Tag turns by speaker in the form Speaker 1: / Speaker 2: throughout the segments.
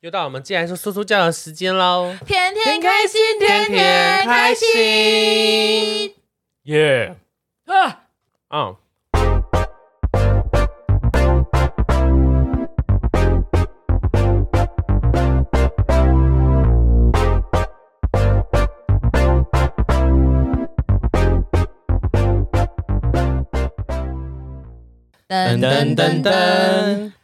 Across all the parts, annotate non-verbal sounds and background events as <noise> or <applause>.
Speaker 1: 又到我们既然说苏苏酱的时间喽，
Speaker 2: 天天开心，天天开心。
Speaker 1: 耶！
Speaker 2: 啊，
Speaker 1: 嗯，
Speaker 2: 噔噔噔噔，，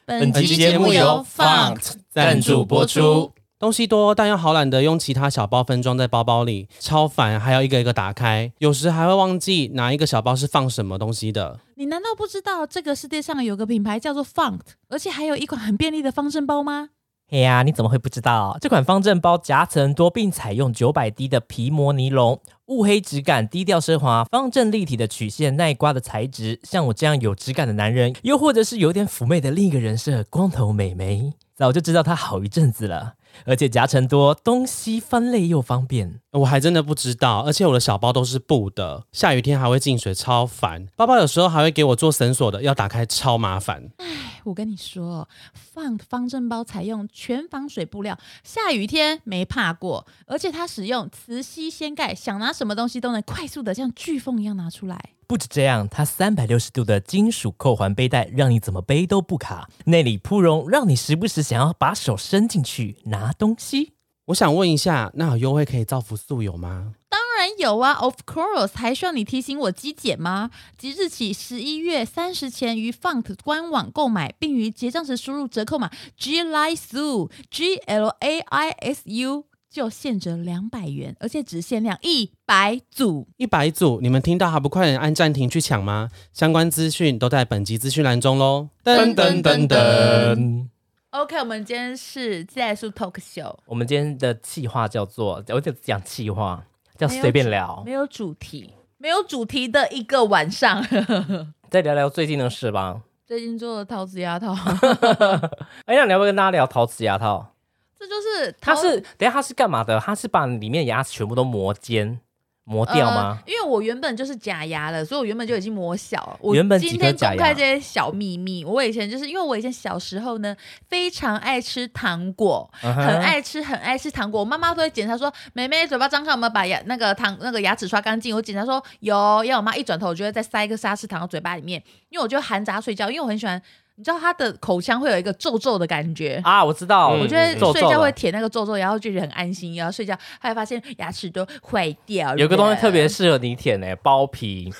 Speaker 2: 本
Speaker 1: 本
Speaker 2: 期节目由 Font
Speaker 1: 赞助播出。东西多，但又好懒得用其他小包分装在包包里，超烦，还要一个一个打开，有时还会忘记哪一个小包是放什么东西的。
Speaker 2: 你难道不知道这个世界上有个品牌叫做 Font，而且还有一款很便利的方正包吗？
Speaker 3: 哎呀，你怎么会不知道？这款方正包夹层多，并采用九百 D 的皮膜尼龙，雾黑质感，低调奢华，方正立体的曲线，耐刮的材质。像我这样有质感的男人，又或者是有点妩媚的另一个人设——光头美眉，早就知道它好一阵子了。而且夹层多，东西分类又方便。
Speaker 1: 我还真的不知道，而且我的小包都是布的，下雨天还会进水，超烦。包包有时候还会给我做绳索的，要打开超麻烦。
Speaker 2: 哎我跟你说，Font 方正包采用全防水布料，下雨天没怕过，而且它使用磁吸掀盖，想拿什么东西都能快速的像飓风一样拿出来。
Speaker 3: 不止这样，它三百六十度的金属扣环背带，让你怎么背都不卡，内里铺绒，让你时不时想要把手伸进去拿东西。
Speaker 1: 我想问一下，那有优惠可以造福宿友吗？
Speaker 2: 当然有啊，Of course，还需要你提醒我机检吗？即日起十一月三十前于 Font 官网购买，并于结账时输入折扣码 GLISU G L A I S U，就现折两百元，而且只限量一百组。
Speaker 1: 一百组，你们听到还不快点按暂停去抢吗？相关资讯都在本集资讯栏中喽。
Speaker 2: 噔噔噔噔。
Speaker 3: 嗯
Speaker 2: OK，我们今天是自来速 Talk Show，
Speaker 3: 我们今天的气话叫做，我就讲气话，叫
Speaker 2: 哎
Speaker 3: 随便聊
Speaker 2: 没，有主题，没有主题的一个晚上。 <laughs>
Speaker 3: 再聊聊最近的事吧。
Speaker 2: 最近做的陶瓷牙套， <laughs>
Speaker 3: 哎，那你要不要跟大家聊陶瓷牙套？
Speaker 2: 这就是
Speaker 3: 它
Speaker 2: 陶
Speaker 3: 是，等一下它是干嘛的？它是把里面的牙齿全部都磨尖、磨掉吗？
Speaker 2: 呃？因为我原本就是假牙了，所以我原本就已经磨小了。我
Speaker 3: 原本
Speaker 2: 今
Speaker 3: 几
Speaker 2: 天
Speaker 3: 颗
Speaker 2: 公
Speaker 3: 假牙
Speaker 2: 开这些小秘密。我以前就是因为我以前小时候呢，非常爱吃糖果，
Speaker 3: 嗯哼
Speaker 2: 很爱吃，很爱吃糖果。我妈妈都会检查说，妹妹嘴巴张开有没有把牙那个糖那个牙齿刷干净。我检查说有，要我妈一转头，我就会再塞一个沙士糖到嘴巴里面，因为我就含着它睡觉，因为我很喜欢，你知道它的口腔会有一个皱皱的感觉。
Speaker 3: 啊，我知道，
Speaker 1: 嗯
Speaker 2: 我觉得
Speaker 3: 皱
Speaker 2: 睡
Speaker 3: 皱
Speaker 2: 觉
Speaker 3: 的
Speaker 2: 会舔那个皱皱，然后就觉得很安心，然后睡觉，后来发现牙齿都坏掉了。
Speaker 3: 有个东西特别适合你舔诶、欸
Speaker 2: <laughs>
Speaker 3: 包皮，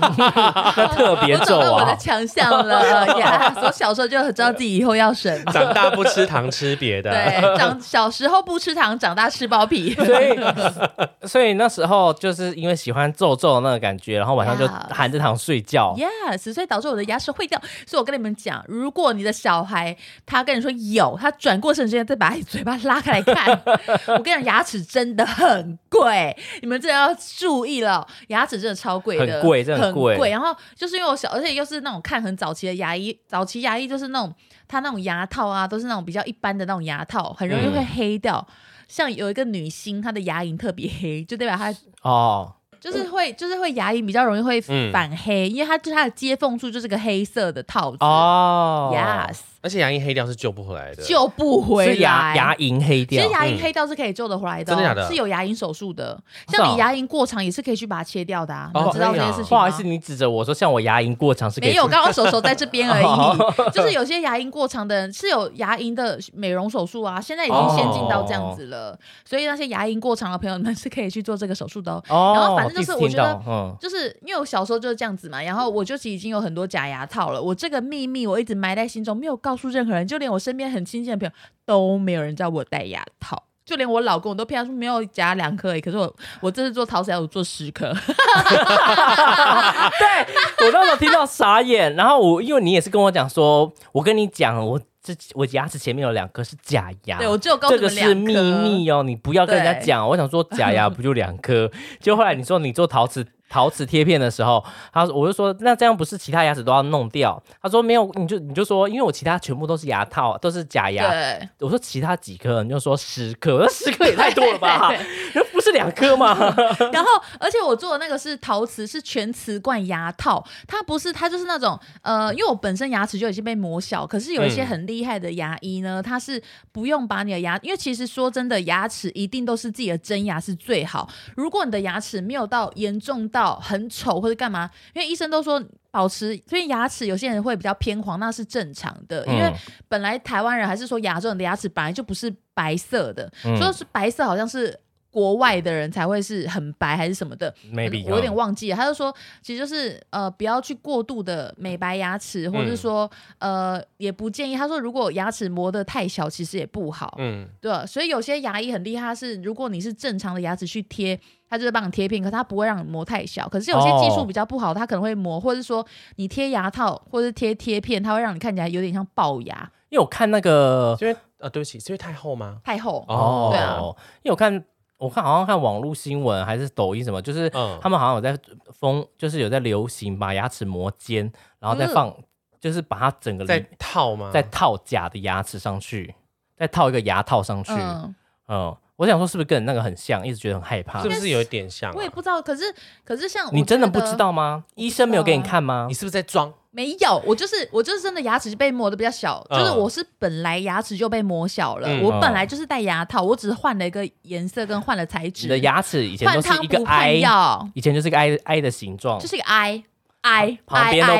Speaker 3: 那特别
Speaker 2: 我
Speaker 3: 皱
Speaker 2: 找到我的
Speaker 3: 啊。
Speaker 2: 强项
Speaker 3: <laughs>
Speaker 2: 了呀！我小时候就很知道自己以后要省，
Speaker 1: 长大不吃糖，吃别的。
Speaker 2: <laughs> 对，长小时候不吃糖，长大吃包皮。
Speaker 3: 啊所以，所以那时候就是因为喜欢皱皱的那个感觉，然后晚上就
Speaker 2: Yeah
Speaker 3: 含着糖睡觉。
Speaker 2: Yeah，所以导致我的牙齿坏掉。所以我跟你们讲，如果你的小孩他跟你说有，他转过身之间再把嘴巴拉开来
Speaker 3: <laughs>
Speaker 2: 看，我跟你讲，牙齿真的很贵，你们真的要注意了，牙齿真的超贵的，
Speaker 3: 很贵真的很贵
Speaker 2: 然后就是因为我小，而且又是那种看很早期的牙医，早期牙医就是那种他那种牙套啊，都是那种比较一般的那种牙套，很
Speaker 3: 嗯
Speaker 2: 容易会黑掉。像有一个女星，她的牙龈特别黑，就代表她
Speaker 3: 哦，
Speaker 2: 就是会，就是会牙龈比较容易会
Speaker 1: 嗯
Speaker 2: 反黑，因为它就它的接缝处就是个黑色的套子。
Speaker 3: 哦
Speaker 2: yes，
Speaker 1: 而且牙龈黑掉是救不回来的，
Speaker 2: 救不回来。
Speaker 3: 是牙牙龈黑
Speaker 2: 其
Speaker 3: 掉嗯
Speaker 2: 实。牙龈黑掉是可以救得回来的哦、
Speaker 1: 真的假的
Speaker 2: 是有牙龈手术的。
Speaker 3: 是哦哎
Speaker 2: 像你牙龈过长也是可以去把它切掉的啊，
Speaker 1: 哦
Speaker 2: 你知道这件事情
Speaker 3: 不
Speaker 2: 吗？
Speaker 3: 好意思，你指着我说像我牙龈过长是可以
Speaker 2: 没有，刚刚手手在这边而
Speaker 3: <laughs> 哦
Speaker 2: 已。就是有些牙龈过长的人是有牙龈的美容手术啊，现在已经先进到这样子了，所以那些牙龈过长的朋友们是可以去做这个手术的哦。
Speaker 3: 哦，
Speaker 2: 然后反正就是
Speaker 3: 第一次听到
Speaker 2: 我
Speaker 3: 嗯，
Speaker 2: 就是因为我小时候就是这样子嘛，然后我就是已经有很多假牙套了。我这个秘密我一直埋在心中，没有告诉任何人，就连我身边很亲近的朋友都没有人知道我戴牙套。就连我老公我都骗他说没有假两颗而已，可是我我这次做陶瓷牙我做十颗，
Speaker 3: 啊对我那时候听到傻眼，然后我因为你也是跟我讲说，我跟你讲，我这我牙齿前面有两颗是假牙，
Speaker 2: 对我只有告诉
Speaker 3: 这
Speaker 2: 你
Speaker 3: 个
Speaker 2: 们
Speaker 3: 是
Speaker 2: 两
Speaker 3: 秘
Speaker 2: 颗。
Speaker 3: 密哦，你不要跟人家
Speaker 2: 对
Speaker 3: 讲。我想说假牙不就两颗，就后来你说你做陶瓷陶瓷贴片的时候，他说我就说那这样不是其他牙齿都要弄掉？他说没有，你就你就说因为我其他全部都是牙套，都是假牙，
Speaker 2: 对， <laughs>
Speaker 3: 我说其他几颗，你就说十颗，我说十颗也太多了吧？就不是是两
Speaker 1: <laughs>
Speaker 3: 颗吗？
Speaker 2: 然后，而且我做的那个是陶瓷，是全瓷冠牙套，它不是，它就是那种呃，因为我本身牙齿就已经被磨小，可是有一些
Speaker 3: 嗯
Speaker 2: 很厉害的牙医呢，他是不用把你的牙，因为其实说真的，牙齿一定都是自己的真牙是最好。如果你的牙齿没有到严重到很丑或者干嘛，因为医生都说。保持，所以牙齿有些人会比较偏黄，那是正常的，因为
Speaker 3: 嗯
Speaker 2: 本来台湾人还是说亚洲人的牙齿本来就不是白色的，说是白色好像是国外的人才会是很白还是什么的
Speaker 3: maybe 嗯
Speaker 2: 我
Speaker 1: 嗯
Speaker 2: 有点忘记了。他就说，其实就是呃，不要去过度的美白牙齿，
Speaker 3: 嗯
Speaker 2: 或者是说、呃，也不建议。他说，如果牙齿磨得太小，其实也不好。
Speaker 3: 嗯
Speaker 2: 对，所以有些牙医很厉害，他是如果你是正常的牙齿去贴，他就是帮你贴片，可他不会让你磨太小。可是有些技术比较不好，他可能会磨，或者是说你贴牙套或者贴贴片，它会让你看起来有点像龅牙
Speaker 3: 因为我看那个
Speaker 1: 因为呃，对不起，是因为太厚吗？
Speaker 2: 太厚。
Speaker 3: 哦，
Speaker 2: 对啊
Speaker 3: 因为我看我看好像看网络新闻还是抖音什么，就是
Speaker 1: 嗯
Speaker 3: 他们好像有在封，就是有在流行把牙齿磨尖，然后再放，
Speaker 2: 嗯
Speaker 3: 就是把它整个
Speaker 1: 在
Speaker 3: 在
Speaker 1: 套吗？
Speaker 3: 再套假的牙齿上去，再套一个牙套上去。嗯，
Speaker 2: 嗯，
Speaker 3: 我想说是不是跟你那个很像，一直觉得很害怕
Speaker 1: 是。不是有一点像啊？
Speaker 2: 我也不知道，可是可是像
Speaker 3: 你
Speaker 2: 我
Speaker 3: 真的
Speaker 2: 觉
Speaker 3: 不
Speaker 2: 得
Speaker 3: 知道吗？医生没
Speaker 2: 啊
Speaker 3: 有给你看吗
Speaker 1: 你？是不是在装？
Speaker 2: 没有，我就是我就是真的牙齿被磨的比较小，
Speaker 1: 嗯
Speaker 2: 就是我是本来牙齿就被磨小了，
Speaker 1: 嗯
Speaker 2: 我本来就是戴牙套，我只是换了一个颜色跟换了材质。
Speaker 3: 你的牙齿以前
Speaker 2: 换
Speaker 3: 都是
Speaker 2: 汤
Speaker 3: 一个
Speaker 2: 不换
Speaker 3: I，哦
Speaker 2: 药，啊
Speaker 3: 以前就是一个 I I 的形状，
Speaker 2: 就是一个 I I
Speaker 3: 旁
Speaker 2: I
Speaker 3: 边都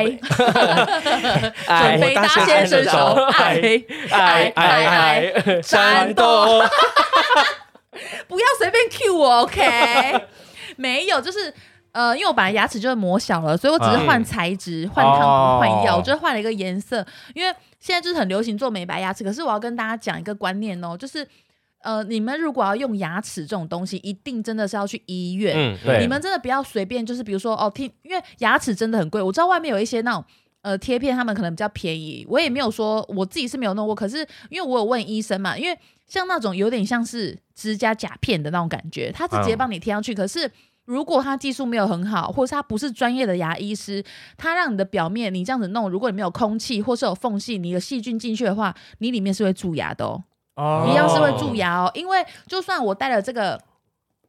Speaker 2: I，
Speaker 3: <laughs> I
Speaker 2: 准备搭先生手 I，
Speaker 3: I I <laughs> I
Speaker 2: 战斗， <laughs> 不要随便 Q 我，OK？没有，就是。呃，因为我本来牙齿就是磨小了，所以我只是换材质、换汤不换药，
Speaker 3: 哦
Speaker 2: 我就是换了一个颜色。因为现在就是很流行做美白牙齿，可是我要跟大家讲一个观念哦，就是呃，你们如果要用牙齿这种东西，一定真的是要去医院。
Speaker 1: 嗯，
Speaker 3: 对
Speaker 2: 你们真的不要随便，就是比如说哦，听，因为牙齿真的很贵，我知道外面有一些那种。呃，贴片他们可能比较便宜，我也没有说我自己是没有弄过，可是因为我有问医生嘛，因为像那种有点像是指甲甲片的那种感觉，他是直接帮你贴上去，可是如果他技术没有很好，或是他不是专业的牙医师，他让你的表面你这样子弄，如果你没有空气或是有缝隙，你的细菌进去的话，你里面是会蛀牙的哦。
Speaker 3: 哦
Speaker 2: 一样是会蛀牙哦。因为就算我戴了这个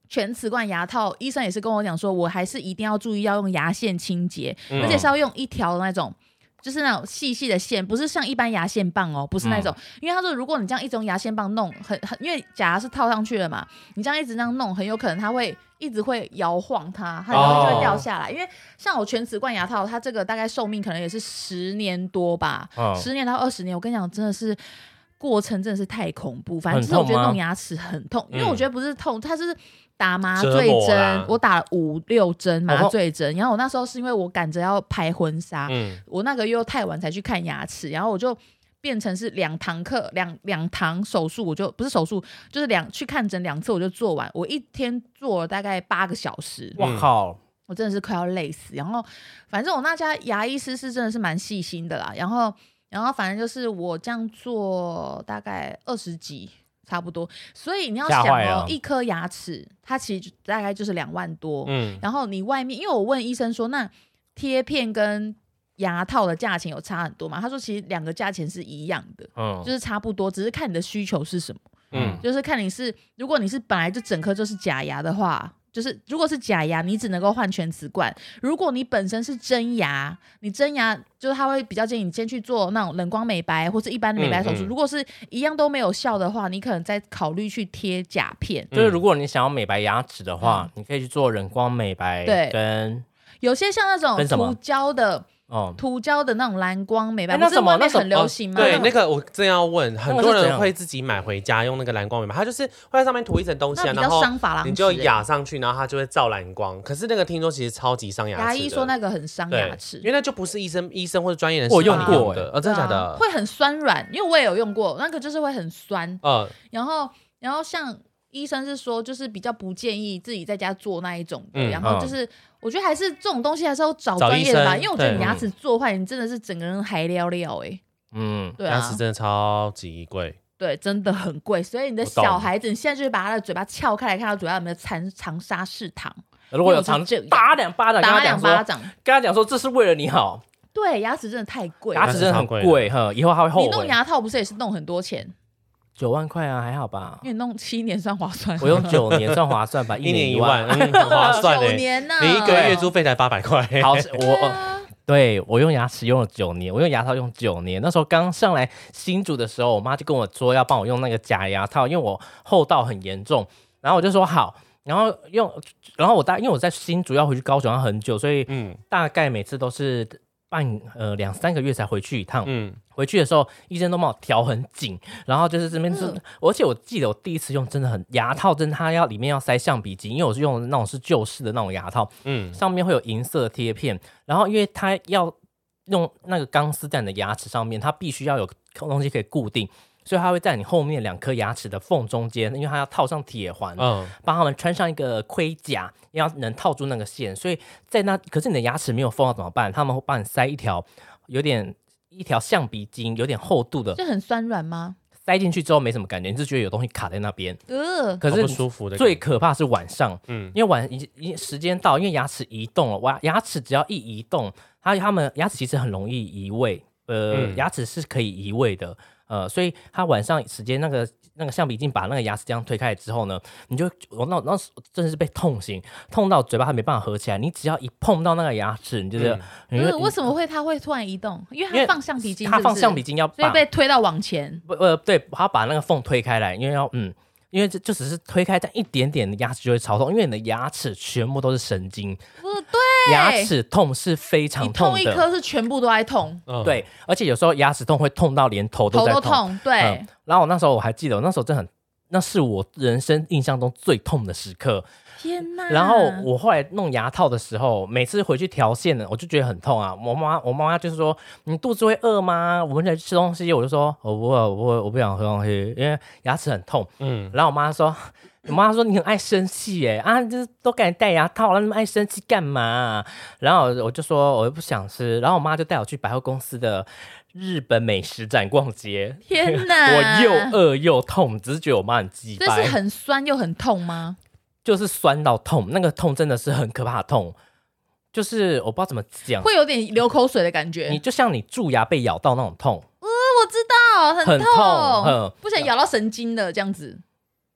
Speaker 2: 全瓷冠牙套，医生也是跟我讲说，我还是一定要注意要用牙线清洁，
Speaker 1: 嗯
Speaker 2: 而且是要用一条那种。就是那种细细的线，不是像一般牙线棒哦，不是那种，因为他说如果你这样一直用牙线棒弄，很很，因为假牙是套上去了嘛，你这样一直这样弄，很有可能它会一直会摇晃它，它很容易就会掉下来。因为像我全瓷冠牙套，它这个大概寿命可能也是十年多吧，
Speaker 3: 嗯
Speaker 1: 哦
Speaker 2: 十年到二十年，我跟你讲，真的是过程真的是太恐怖。反正
Speaker 3: 很
Speaker 2: 就是我觉得
Speaker 3: 痛吗
Speaker 2: 弄牙齿很痛，因为我
Speaker 1: 嗯
Speaker 2: 觉得不是痛，它是打麻
Speaker 1: 折
Speaker 2: 醉
Speaker 1: 磨啦
Speaker 2: 针，我打了五六针麻
Speaker 3: 哦
Speaker 2: 醉针。然后我那时候是因为我赶着要拍婚纱，
Speaker 1: 嗯，
Speaker 2: 我那个又太晚才去看牙齿，然后我就。变成是两堂课，两两堂手术，我就不是手术，就是两去看诊两次，我就做完。我一天做了大概八个小时，
Speaker 1: 嗯
Speaker 3: 我靠，
Speaker 2: 我真的是快要累死。然后，反正我那家牙医师是真的是蛮细心的啦。然后，然后反正就是我这样做大概二十集差不多。所以你要想
Speaker 3: 吓坏
Speaker 2: 哦
Speaker 3: 了，
Speaker 2: 一颗牙齿它其实大概就是两万多。
Speaker 1: 嗯，
Speaker 2: 然后你外面，因为我问医生说，那贴片跟牙套的价钱有差很多吗？他说其实两个价钱是一样的，
Speaker 3: 嗯
Speaker 2: 就是差不多，只是看你的需求是什么。
Speaker 1: 嗯
Speaker 2: 就是看你是，如果你是本来就整颗就是假牙的话，就是如果是假牙，你只能够换全瓷冠；如果你本身是真牙，你真牙就是他会比较建议你先去做那种冷光美白或是一般的美白手术。
Speaker 1: 嗯嗯
Speaker 2: 如果是一样都没有效的话，你可能再考虑去贴甲片。
Speaker 1: 嗯
Speaker 3: 就是如果你想要美白牙齿的话，你可以去做人工美白，
Speaker 2: 嗯对
Speaker 3: 跟
Speaker 2: 有些像那种
Speaker 3: 跟什么
Speaker 2: 涂胶的、
Speaker 3: 哦，
Speaker 2: 涂胶的那种蓝光美白，
Speaker 3: 哎那
Speaker 2: 不是
Speaker 3: 什么
Speaker 2: 外面
Speaker 3: 那什么
Speaker 2: 很流行
Speaker 1: 哦
Speaker 2: 吗？
Speaker 1: 对，
Speaker 2: 种
Speaker 1: 那个我正要问，很多
Speaker 3: 是怎
Speaker 1: 人
Speaker 3: 样
Speaker 1: 会自己买回家用那个蓝光美白，它就是会在上面涂一层东西
Speaker 2: 那
Speaker 1: 啊，
Speaker 2: 比
Speaker 1: 然
Speaker 2: 较
Speaker 1: 后
Speaker 2: 伤珐琅质欸，
Speaker 1: 你就压上去，然后它就会照蓝光。可是那个听说其实超级伤牙齿的，
Speaker 2: 牙医说那个很伤
Speaker 1: 对
Speaker 2: 牙齿啊
Speaker 1: 因，为那就不是医生、医生或者专业人士
Speaker 3: 我有
Speaker 1: 帮
Speaker 3: 用
Speaker 1: 你
Speaker 3: 过
Speaker 1: 的，
Speaker 3: 欸
Speaker 1: 呃，真的假
Speaker 2: 对啊
Speaker 1: 的？
Speaker 2: 会很酸软，因为我也有用过，那个就是会很酸。
Speaker 1: 呃，
Speaker 2: 然后，然后像医生是说，就是比较不建议自己在家做那一种的。
Speaker 1: 嗯
Speaker 2: 然后就是，我觉得还是这种东西还是要找
Speaker 1: 找
Speaker 2: 专
Speaker 1: 医
Speaker 2: 业的吧，
Speaker 1: 生
Speaker 2: 因为我觉得
Speaker 1: 对嗯
Speaker 2: 你牙齿做坏，你真的是整个人还撩撩哎、欸。
Speaker 3: 嗯，
Speaker 2: 对
Speaker 1: 牙
Speaker 2: 啊
Speaker 1: 齿，真的超级贵。
Speaker 2: 对，真的很贵。所以你的
Speaker 3: 我懂
Speaker 2: 小孩子，你现在就是把他的嘴巴撬开来，看他嘴巴有没有残长沙氏糖，
Speaker 3: 如果有常
Speaker 2: 因为我是这样
Speaker 3: 打两巴掌，跟
Speaker 2: 打
Speaker 3: 他
Speaker 2: 两
Speaker 3: 讲说
Speaker 2: 巴，掌。
Speaker 3: 跟他讲说这是为了你好，
Speaker 2: 对，牙齿真的太贵了，
Speaker 3: 牙齿真的很
Speaker 1: 牙齿超贵欸
Speaker 3: 贵哈，以后他会后
Speaker 2: 你弄
Speaker 3: 悔。
Speaker 2: 牙套不是也是弄很多钱？
Speaker 3: 九万块啊，还好吧？
Speaker 2: 你弄七年算划算，
Speaker 3: 我用九年算划算
Speaker 1: <laughs>
Speaker 3: 吧，
Speaker 1: 一
Speaker 3: 年
Speaker 1: 年一
Speaker 3: 万
Speaker 1: 万，。啊嗯，很
Speaker 2: <laughs>
Speaker 1: 划算
Speaker 2: 九
Speaker 1: 哎。
Speaker 2: 年啊呐，
Speaker 1: 你一个月租费才八百块，
Speaker 3: 好，是
Speaker 2: <laughs>
Speaker 3: 我
Speaker 2: 啊
Speaker 3: 哦对我用牙齿用了九年，我用牙套用九年。那时候刚上来新竹的时候，我妈就跟我说要帮我用那个假牙套，因为我后道很严重。然后我就说好，然后用，然后我大因为我在新竹要回去高雄要很久，所以
Speaker 1: 嗯
Speaker 3: 大概每次都是半呃两三个月才回去一趟。
Speaker 1: 嗯，
Speaker 3: 回去的时候，医生都帮我调很紧，然后就是这边是，
Speaker 2: 嗯
Speaker 3: 而且我记得我第一次用真的很牙套，真的它要里面要塞橡皮筋，因为我是用那种是旧式的那种牙套，
Speaker 1: 嗯
Speaker 3: 上面会有银色贴片，然后因为它要用那个钢丝在你的牙齿上面，它必须要有东西可以固定，所以它会在你后面两颗牙齿的缝中间，因为它要套上铁环，
Speaker 1: 嗯，
Speaker 3: 帮他们穿上一个盔甲，要能套住那个线。所以在那，可是你的牙齿没有缝到怎么办？他们会帮你塞一条有点一条橡皮筋，有点厚度的，
Speaker 2: 就很酸软吗？
Speaker 3: 塞进去之后没什么感觉，你是觉得有东西卡在那边。
Speaker 2: 呃，
Speaker 3: 可
Speaker 1: 好
Speaker 3: 是
Speaker 1: 不舒服的感觉，
Speaker 3: 最可怕是晚上，
Speaker 1: 嗯
Speaker 3: 因为晚已已时间到，因为牙齿移动了，哇，牙齿只要一移动，它它们牙齿其实很容易移位，呃，
Speaker 1: 嗯
Speaker 3: 牙齿是可以移位的，呃，所以它晚上时间那个那个橡皮筋把那个牙齿这样推开来之后呢，你就我那那时真的是被痛醒，痛到嘴巴还没办法合起来，你只要一碰到那个牙齿，你就是、你
Speaker 1: 嗯
Speaker 3: 就
Speaker 2: 呃，为什么会它会突然移动？因为
Speaker 3: 因为
Speaker 2: 它放橡皮筋，
Speaker 3: 它
Speaker 2: 是不
Speaker 3: 放
Speaker 2: 是
Speaker 3: 橡皮，筋要
Speaker 2: 所以
Speaker 3: 把
Speaker 2: 被推到往前。
Speaker 3: 不呃，对，他把那个缝推开来，因为要嗯，因为这就只是推开，但一点点的牙齿就会潮痛，因为你的牙齿全部都是神经，
Speaker 2: 呃，对，
Speaker 3: 牙齿痛是非
Speaker 2: 你
Speaker 3: 常
Speaker 2: 痛一
Speaker 3: 的，
Speaker 2: 颗是全部都在痛，
Speaker 1: 嗯，
Speaker 3: 对，而且有时候牙齿痛会痛到连头都
Speaker 2: 头
Speaker 3: 在
Speaker 2: 都痛，对
Speaker 3: 嗯，然后我那时候我还记得，我那时候真的很。那是我人生印象中最痛的时刻。
Speaker 2: 天哪！
Speaker 3: 然后我后来弄牙套的时候，每次回去调线呢，我就觉得很痛啊。我妈，我妈妈就是说：“你肚子会饿吗？我们在吃东西。”我就说：“哦我不饿，我不饿，我不想喝东西，因为牙齿很痛。”
Speaker 1: 嗯，
Speaker 3: 然后我妈说，我妈说你很爱生气耶啊，就是都敢戴牙套，那么爱生气干嘛、然后我就说我又不想吃，然后我妈就带我去百货公司的日本美食展逛街。
Speaker 2: 天哪，
Speaker 3: 我又饿又痛，只是觉得我妈很鸡
Speaker 2: 嗯这
Speaker 3: 掰
Speaker 2: 是，很酸又很痛吗？
Speaker 3: 就是酸到痛，那个痛真的是很可怕的痛，就是我不知道怎么讲，
Speaker 2: 会有点流口水的感觉。
Speaker 3: 嗯你就像你蛀牙被咬到那种痛，
Speaker 2: 我知道，很
Speaker 3: 很痛嗯
Speaker 2: 不想咬到神经的这样子。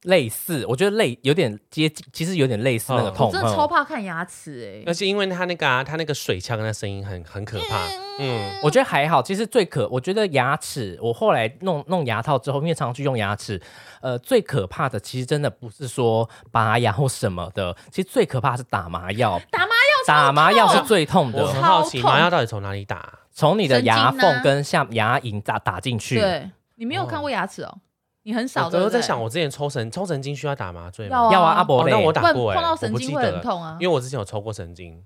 Speaker 3: 类似，我觉得类有点接近，其实有点类似那个
Speaker 1: 嗯
Speaker 3: 痛，
Speaker 2: 真的
Speaker 3: 嗯
Speaker 2: 超怕看牙齿哎、
Speaker 1: 而且因为他那个啊，他那个水枪那声音很很可怕，嗯
Speaker 3: 我觉得还好，其实最可，我觉得牙齿，我后来弄弄牙套之后，因为常常去用牙齿，呃，最可怕的其实真的不是说拔牙或什么的，其实最可怕是打麻药，
Speaker 2: 打麻药
Speaker 3: 打麻药是最痛
Speaker 1: 我
Speaker 3: 的，
Speaker 1: 很好奇
Speaker 2: 嗯超痛
Speaker 1: 麻药到底从哪里打？
Speaker 3: 从你的牙
Speaker 2: 神经啊
Speaker 3: 缝跟下牙龈打打进去，
Speaker 2: 对，你没有看过牙齿哦、你很少
Speaker 1: 我
Speaker 2: 的。
Speaker 1: 都在想，我之前抽神抽神经需要打麻醉
Speaker 2: 要
Speaker 1: 吗？
Speaker 3: 要啊，阿伯
Speaker 1: 哦，
Speaker 3: 嘞，
Speaker 1: 那我打
Speaker 2: 不
Speaker 1: 过哎，
Speaker 2: 然碰到
Speaker 1: 我
Speaker 2: 神
Speaker 1: 不
Speaker 2: 经
Speaker 1: 记
Speaker 2: 会
Speaker 1: 得
Speaker 2: 很
Speaker 1: 了，
Speaker 2: 痛啊
Speaker 1: 因。为我之前有抽过神经，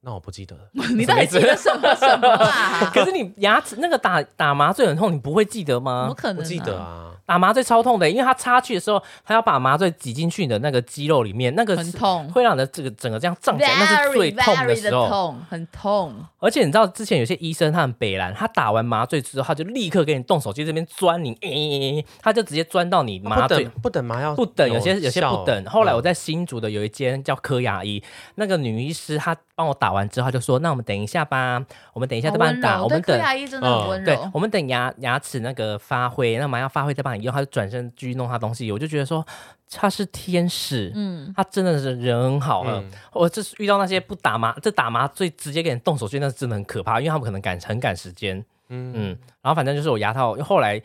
Speaker 1: 那我不记得了。
Speaker 2: 你到底记得什么什么啊？
Speaker 3: <laughs> 可是你牙齿那个打打麻醉很痛，你不会记得
Speaker 2: 怎么
Speaker 3: 吗？
Speaker 2: 可能、
Speaker 1: 我记得。啊，
Speaker 3: 打麻醉超痛的，因为它插去的时候，它要把麻醉挤进去你的那个肌肉里面，那个
Speaker 2: 很
Speaker 3: 是
Speaker 2: 痛
Speaker 3: 会让你的这个整个这样胀起来，那是
Speaker 2: very
Speaker 3: 最痛
Speaker 2: very
Speaker 3: 时
Speaker 2: 的
Speaker 3: 候。
Speaker 2: 痛，很痛，
Speaker 3: 而且你知道之前有些医生他很北蓝，他打完麻醉之后，他就立刻给你动手机这边钻你，欸诶他就直接钻到你麻
Speaker 1: 不
Speaker 3: 醉。
Speaker 2: 哦
Speaker 1: 等不等麻药，
Speaker 3: 不等，有些有些
Speaker 1: 哦
Speaker 3: 不等。后来我
Speaker 1: 在
Speaker 3: 在新竹的有一间叫柯牙医，那个女医师她帮我打完之后，她就说：“那我们等一下吧，我们等一下再帮你打，
Speaker 2: 好
Speaker 3: 我
Speaker 2: 温柔
Speaker 3: 们
Speaker 2: 对
Speaker 3: 等
Speaker 2: 柯牙医真的很温
Speaker 3: 对
Speaker 2: 柔，。
Speaker 3: 我们等牙牙齿那个发挥，那麻药发挥再帮你用。”她就转身继续弄她东西，我就觉得说她是天使，
Speaker 2: 嗯，
Speaker 3: 她真的是人很好啊。
Speaker 1: 嗯
Speaker 3: 我就是遇到那些不打麻，这打麻醉直接给你动手术，那是真的很可怕，因为他们可能赶很赶时间。
Speaker 1: 嗯
Speaker 3: 嗯，然后反正就是我牙套，后来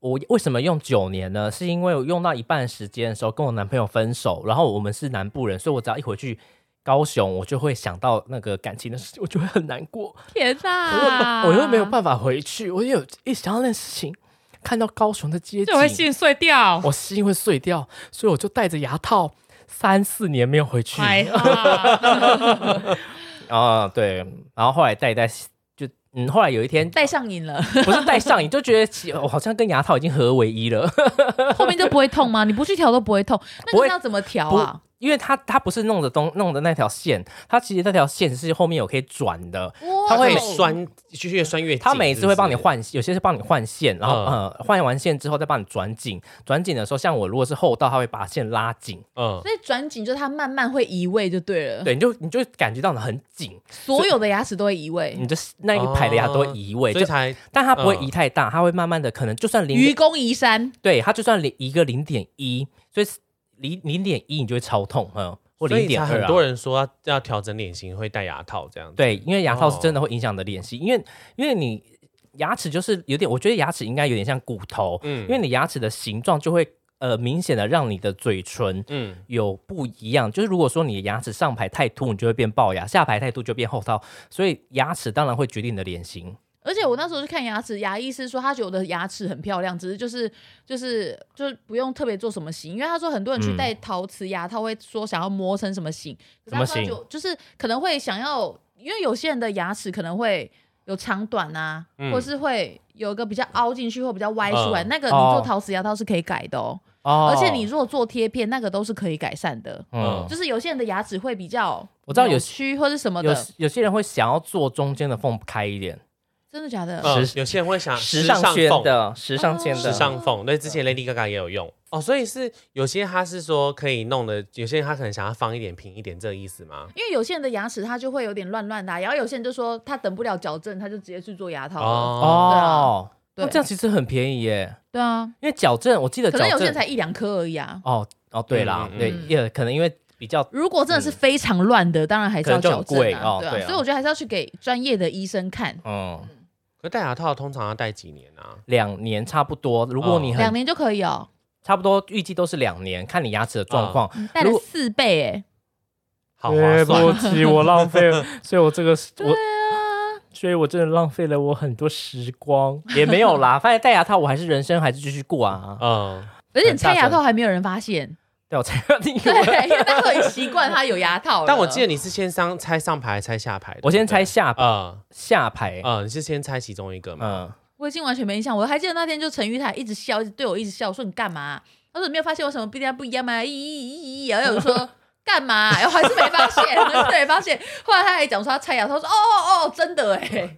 Speaker 3: 我为什么用九年呢？是因为我用到一半时间的时候跟我男朋友分手，然后我们是南部人，所以我只要一回去高雄，我就会想到那个感情的事 <laughs> 情，我就会很难过，
Speaker 2: 天
Speaker 3: 我又
Speaker 2: 哪，
Speaker 3: 我又
Speaker 1: 啊
Speaker 3: 没有办法回去，我又有一想到那事情，看到高雄的街景，
Speaker 2: 碎掉。
Speaker 3: 我心会碎掉，所以我就戴着牙套三四年没有回去。
Speaker 1: 哎
Speaker 2: 呀，
Speaker 3: 啊、对，然后后来戴一戴，就嗯，后来有一天
Speaker 2: <laughs> 戴上瘾
Speaker 3: <laughs>
Speaker 2: 了，
Speaker 3: 不是戴上，你就觉得其我好像跟牙套已经合为一了，
Speaker 2: 后面就不会痛吗？你不去调都不会痛，那
Speaker 3: 不
Speaker 2: 个
Speaker 3: 会
Speaker 2: 要怎么调
Speaker 3: 不
Speaker 2: 啊？，
Speaker 3: 因因为它它不是弄的东弄的那条线，它其实那条线是后面有可以转的，
Speaker 2: 哇
Speaker 3: 它会
Speaker 1: 可以酸，就越酸越紧。
Speaker 3: 它每一次会帮你
Speaker 1: 是不是，嗯
Speaker 3: 换，有些是帮你换线，然后呃换完线之后再帮你转紧，转紧的时候，像我如果是后道，它会把线拉紧，
Speaker 1: 嗯，
Speaker 2: 所以转紧就是它慢慢会移位就对了，
Speaker 3: 对，你就你就感觉到很紧，
Speaker 2: 所有的牙齿都会移位，
Speaker 3: 你的那一排的牙都会移
Speaker 1: 嗯
Speaker 3: 位，
Speaker 1: 哦所以
Speaker 3: 就
Speaker 1: 才
Speaker 3: 但它不会
Speaker 1: 嗯
Speaker 3: 移太大，它会慢慢的，可能就算零
Speaker 2: 愚
Speaker 3: 点，
Speaker 2: 公移山，
Speaker 3: 对，它就算零一个零点一，所以零零点一你就会超痛，嗯，或
Speaker 1: 所
Speaker 3: 零
Speaker 1: 以
Speaker 3: 点
Speaker 1: 才
Speaker 3: 二
Speaker 1: 很
Speaker 3: 啊。
Speaker 1: 多人说要要调整脸型会戴牙套这样子。
Speaker 3: 对，因为牙套是真
Speaker 1: 哦
Speaker 3: 的会影响你的脸型，因为因为你牙齿就是有点，我觉得牙齿应该有点像骨头，
Speaker 1: 嗯
Speaker 3: 因为你牙齿的形状就会呃明显的让你的嘴唇
Speaker 1: 嗯，
Speaker 3: 有不一样。就是如果说你的牙齿上排太凸，你就会变龅牙；下排太凸就变后套，所以牙齿当然会决定你的脸型。
Speaker 2: 而且我那时候去看牙齿，牙医师说他觉得我的牙齿很漂亮，只是就是就是就是不用特别做什么型，因为他说很多人去戴陶瓷牙套会说想要磨成什么型，可是他说
Speaker 3: 嗯什么型
Speaker 2: 就就是可能会想要，因为有些人的牙齿可能会有长短啊，
Speaker 1: 嗯
Speaker 2: 或是会有一个比较凹进去或比较歪出来，
Speaker 1: 嗯
Speaker 2: 那个你
Speaker 3: 哦
Speaker 2: 做陶瓷牙套是可以改的哦，
Speaker 3: 哦
Speaker 2: 而且你如果做贴片，那个都是可以改善的。
Speaker 3: 嗯
Speaker 2: 就。是有些人的牙齿会比较
Speaker 3: 我知道有
Speaker 2: 扭曲或是什么
Speaker 3: 有
Speaker 2: 的，
Speaker 3: 有些人会想要做中间的缝开一点，
Speaker 2: 真的假的？
Speaker 1: 嗯
Speaker 3: 时
Speaker 1: 有些人会想
Speaker 3: 时尚圈
Speaker 1: 缝
Speaker 3: 的，嗯时尚圈
Speaker 1: 时
Speaker 3: 的，
Speaker 1: 尚缝，对，之前 Lady Gaga 也有用哦，所以是有些他是说可以弄的，有些人他可能想要放一点平一点，这个意思吗？
Speaker 2: 因为有些人的牙齿它就会有点乱乱的啊、然后有些人就说他等不了矫正，他就直接去做牙套了。
Speaker 1: 哦，
Speaker 3: 哦，
Speaker 2: 对
Speaker 3: 那这样其实很便宜耶，
Speaker 2: 对啊，
Speaker 3: 因为矫正，我记得
Speaker 2: 可
Speaker 3: 矫
Speaker 2: 能有
Speaker 3: 正
Speaker 2: 些人才一两颗而已啊。
Speaker 3: 哦哦，对啦，
Speaker 1: 嗯
Speaker 3: 对，
Speaker 2: 嗯
Speaker 3: 也可能因为比较
Speaker 2: 如果真的是非常乱的，当然还是要矫
Speaker 3: 嗯可
Speaker 2: 正
Speaker 3: 能就很贵
Speaker 2: 啊，
Speaker 3: 哦
Speaker 2: 对
Speaker 3: 对
Speaker 2: 啊。
Speaker 3: 啊
Speaker 2: 所以我觉得还是要去给专业的医生看，
Speaker 3: 嗯
Speaker 1: 可戴牙套通常要戴几年啊？
Speaker 3: 两年差不多，如果
Speaker 1: 哦
Speaker 3: 你很、
Speaker 2: 两年就可以哦。
Speaker 3: 差不多预计都是两年，看你牙齿的状况。
Speaker 2: 你戴了四倍哎、
Speaker 1: 嗯好划算，
Speaker 3: 起，我浪费了，所以我这个我，
Speaker 2: 啊，
Speaker 3: 所以我真的浪费了我很多时光，也没有啦。发现戴牙套，我还是人生还是继续过啊。
Speaker 1: 嗯，
Speaker 2: 而且你拆牙套还没有人发
Speaker 3: <laughs>
Speaker 2: 现，
Speaker 3: 对，我才
Speaker 2: 对，因为大家都很习惯他有牙套了。
Speaker 1: 但我记得你是先上拆上排，拆下排的，
Speaker 3: 我先拆
Speaker 1: 对
Speaker 3: 下
Speaker 1: 不对，嗯
Speaker 3: 下排，
Speaker 1: 嗯，你是先拆其中一个嘛？
Speaker 3: 嗯，
Speaker 2: 我已经完全没印象，我还记得那天就陈玉台一直笑，一直对我一直笑，我说你干嘛？他说你没有发现我什么不一样不一样吗？咦咦咦咦！然后我就说干嘛？然后还是没发现，还是没发现。后来他还讲说他拆牙，他说哦哦哦，真的哎，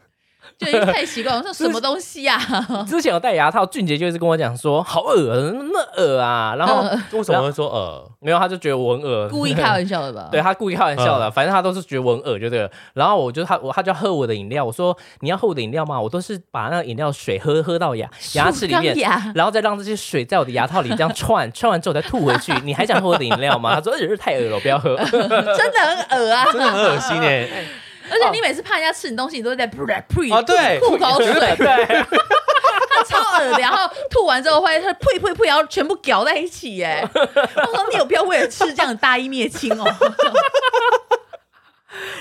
Speaker 2: 就已经太习惯了。我说什么东西呀、啊？
Speaker 3: 之前有戴牙套，俊杰就一直跟我讲说好恶，那么恶啊，然后、
Speaker 1: 为什么会说呃？
Speaker 3: 没有，他就觉得我很恶，
Speaker 2: 嗯故意开玩笑的吧？
Speaker 3: <laughs> 对他故意开玩笑的，反正他都是觉得我很恶就对了。然后我就他我他就要喝我的饮料，我说你要喝我的饮料吗？我都是把那个饮料水喝喝到牙牙齿里
Speaker 2: <laughs>
Speaker 3: 面
Speaker 2: 树，干牙
Speaker 3: 然后再让这些水在我的牙套里这样串，串完之后再吐回去。你还想喝我的饮料吗？他说呃太恶了，我不要喝。 <laughs>
Speaker 2: 真的很恶啊！
Speaker 1: 真的很恶心哎！
Speaker 2: 而且你每次怕人家吃你东西，你都会在噗噗
Speaker 1: 哦对
Speaker 2: 吐口水，
Speaker 3: 对，
Speaker 2: 超恶的。然后吐完之后会它噗噗噗，然后全部搅在一起耶。
Speaker 3: <laughs>
Speaker 2: 我说你有必要为了吃这样大义灭亲哦？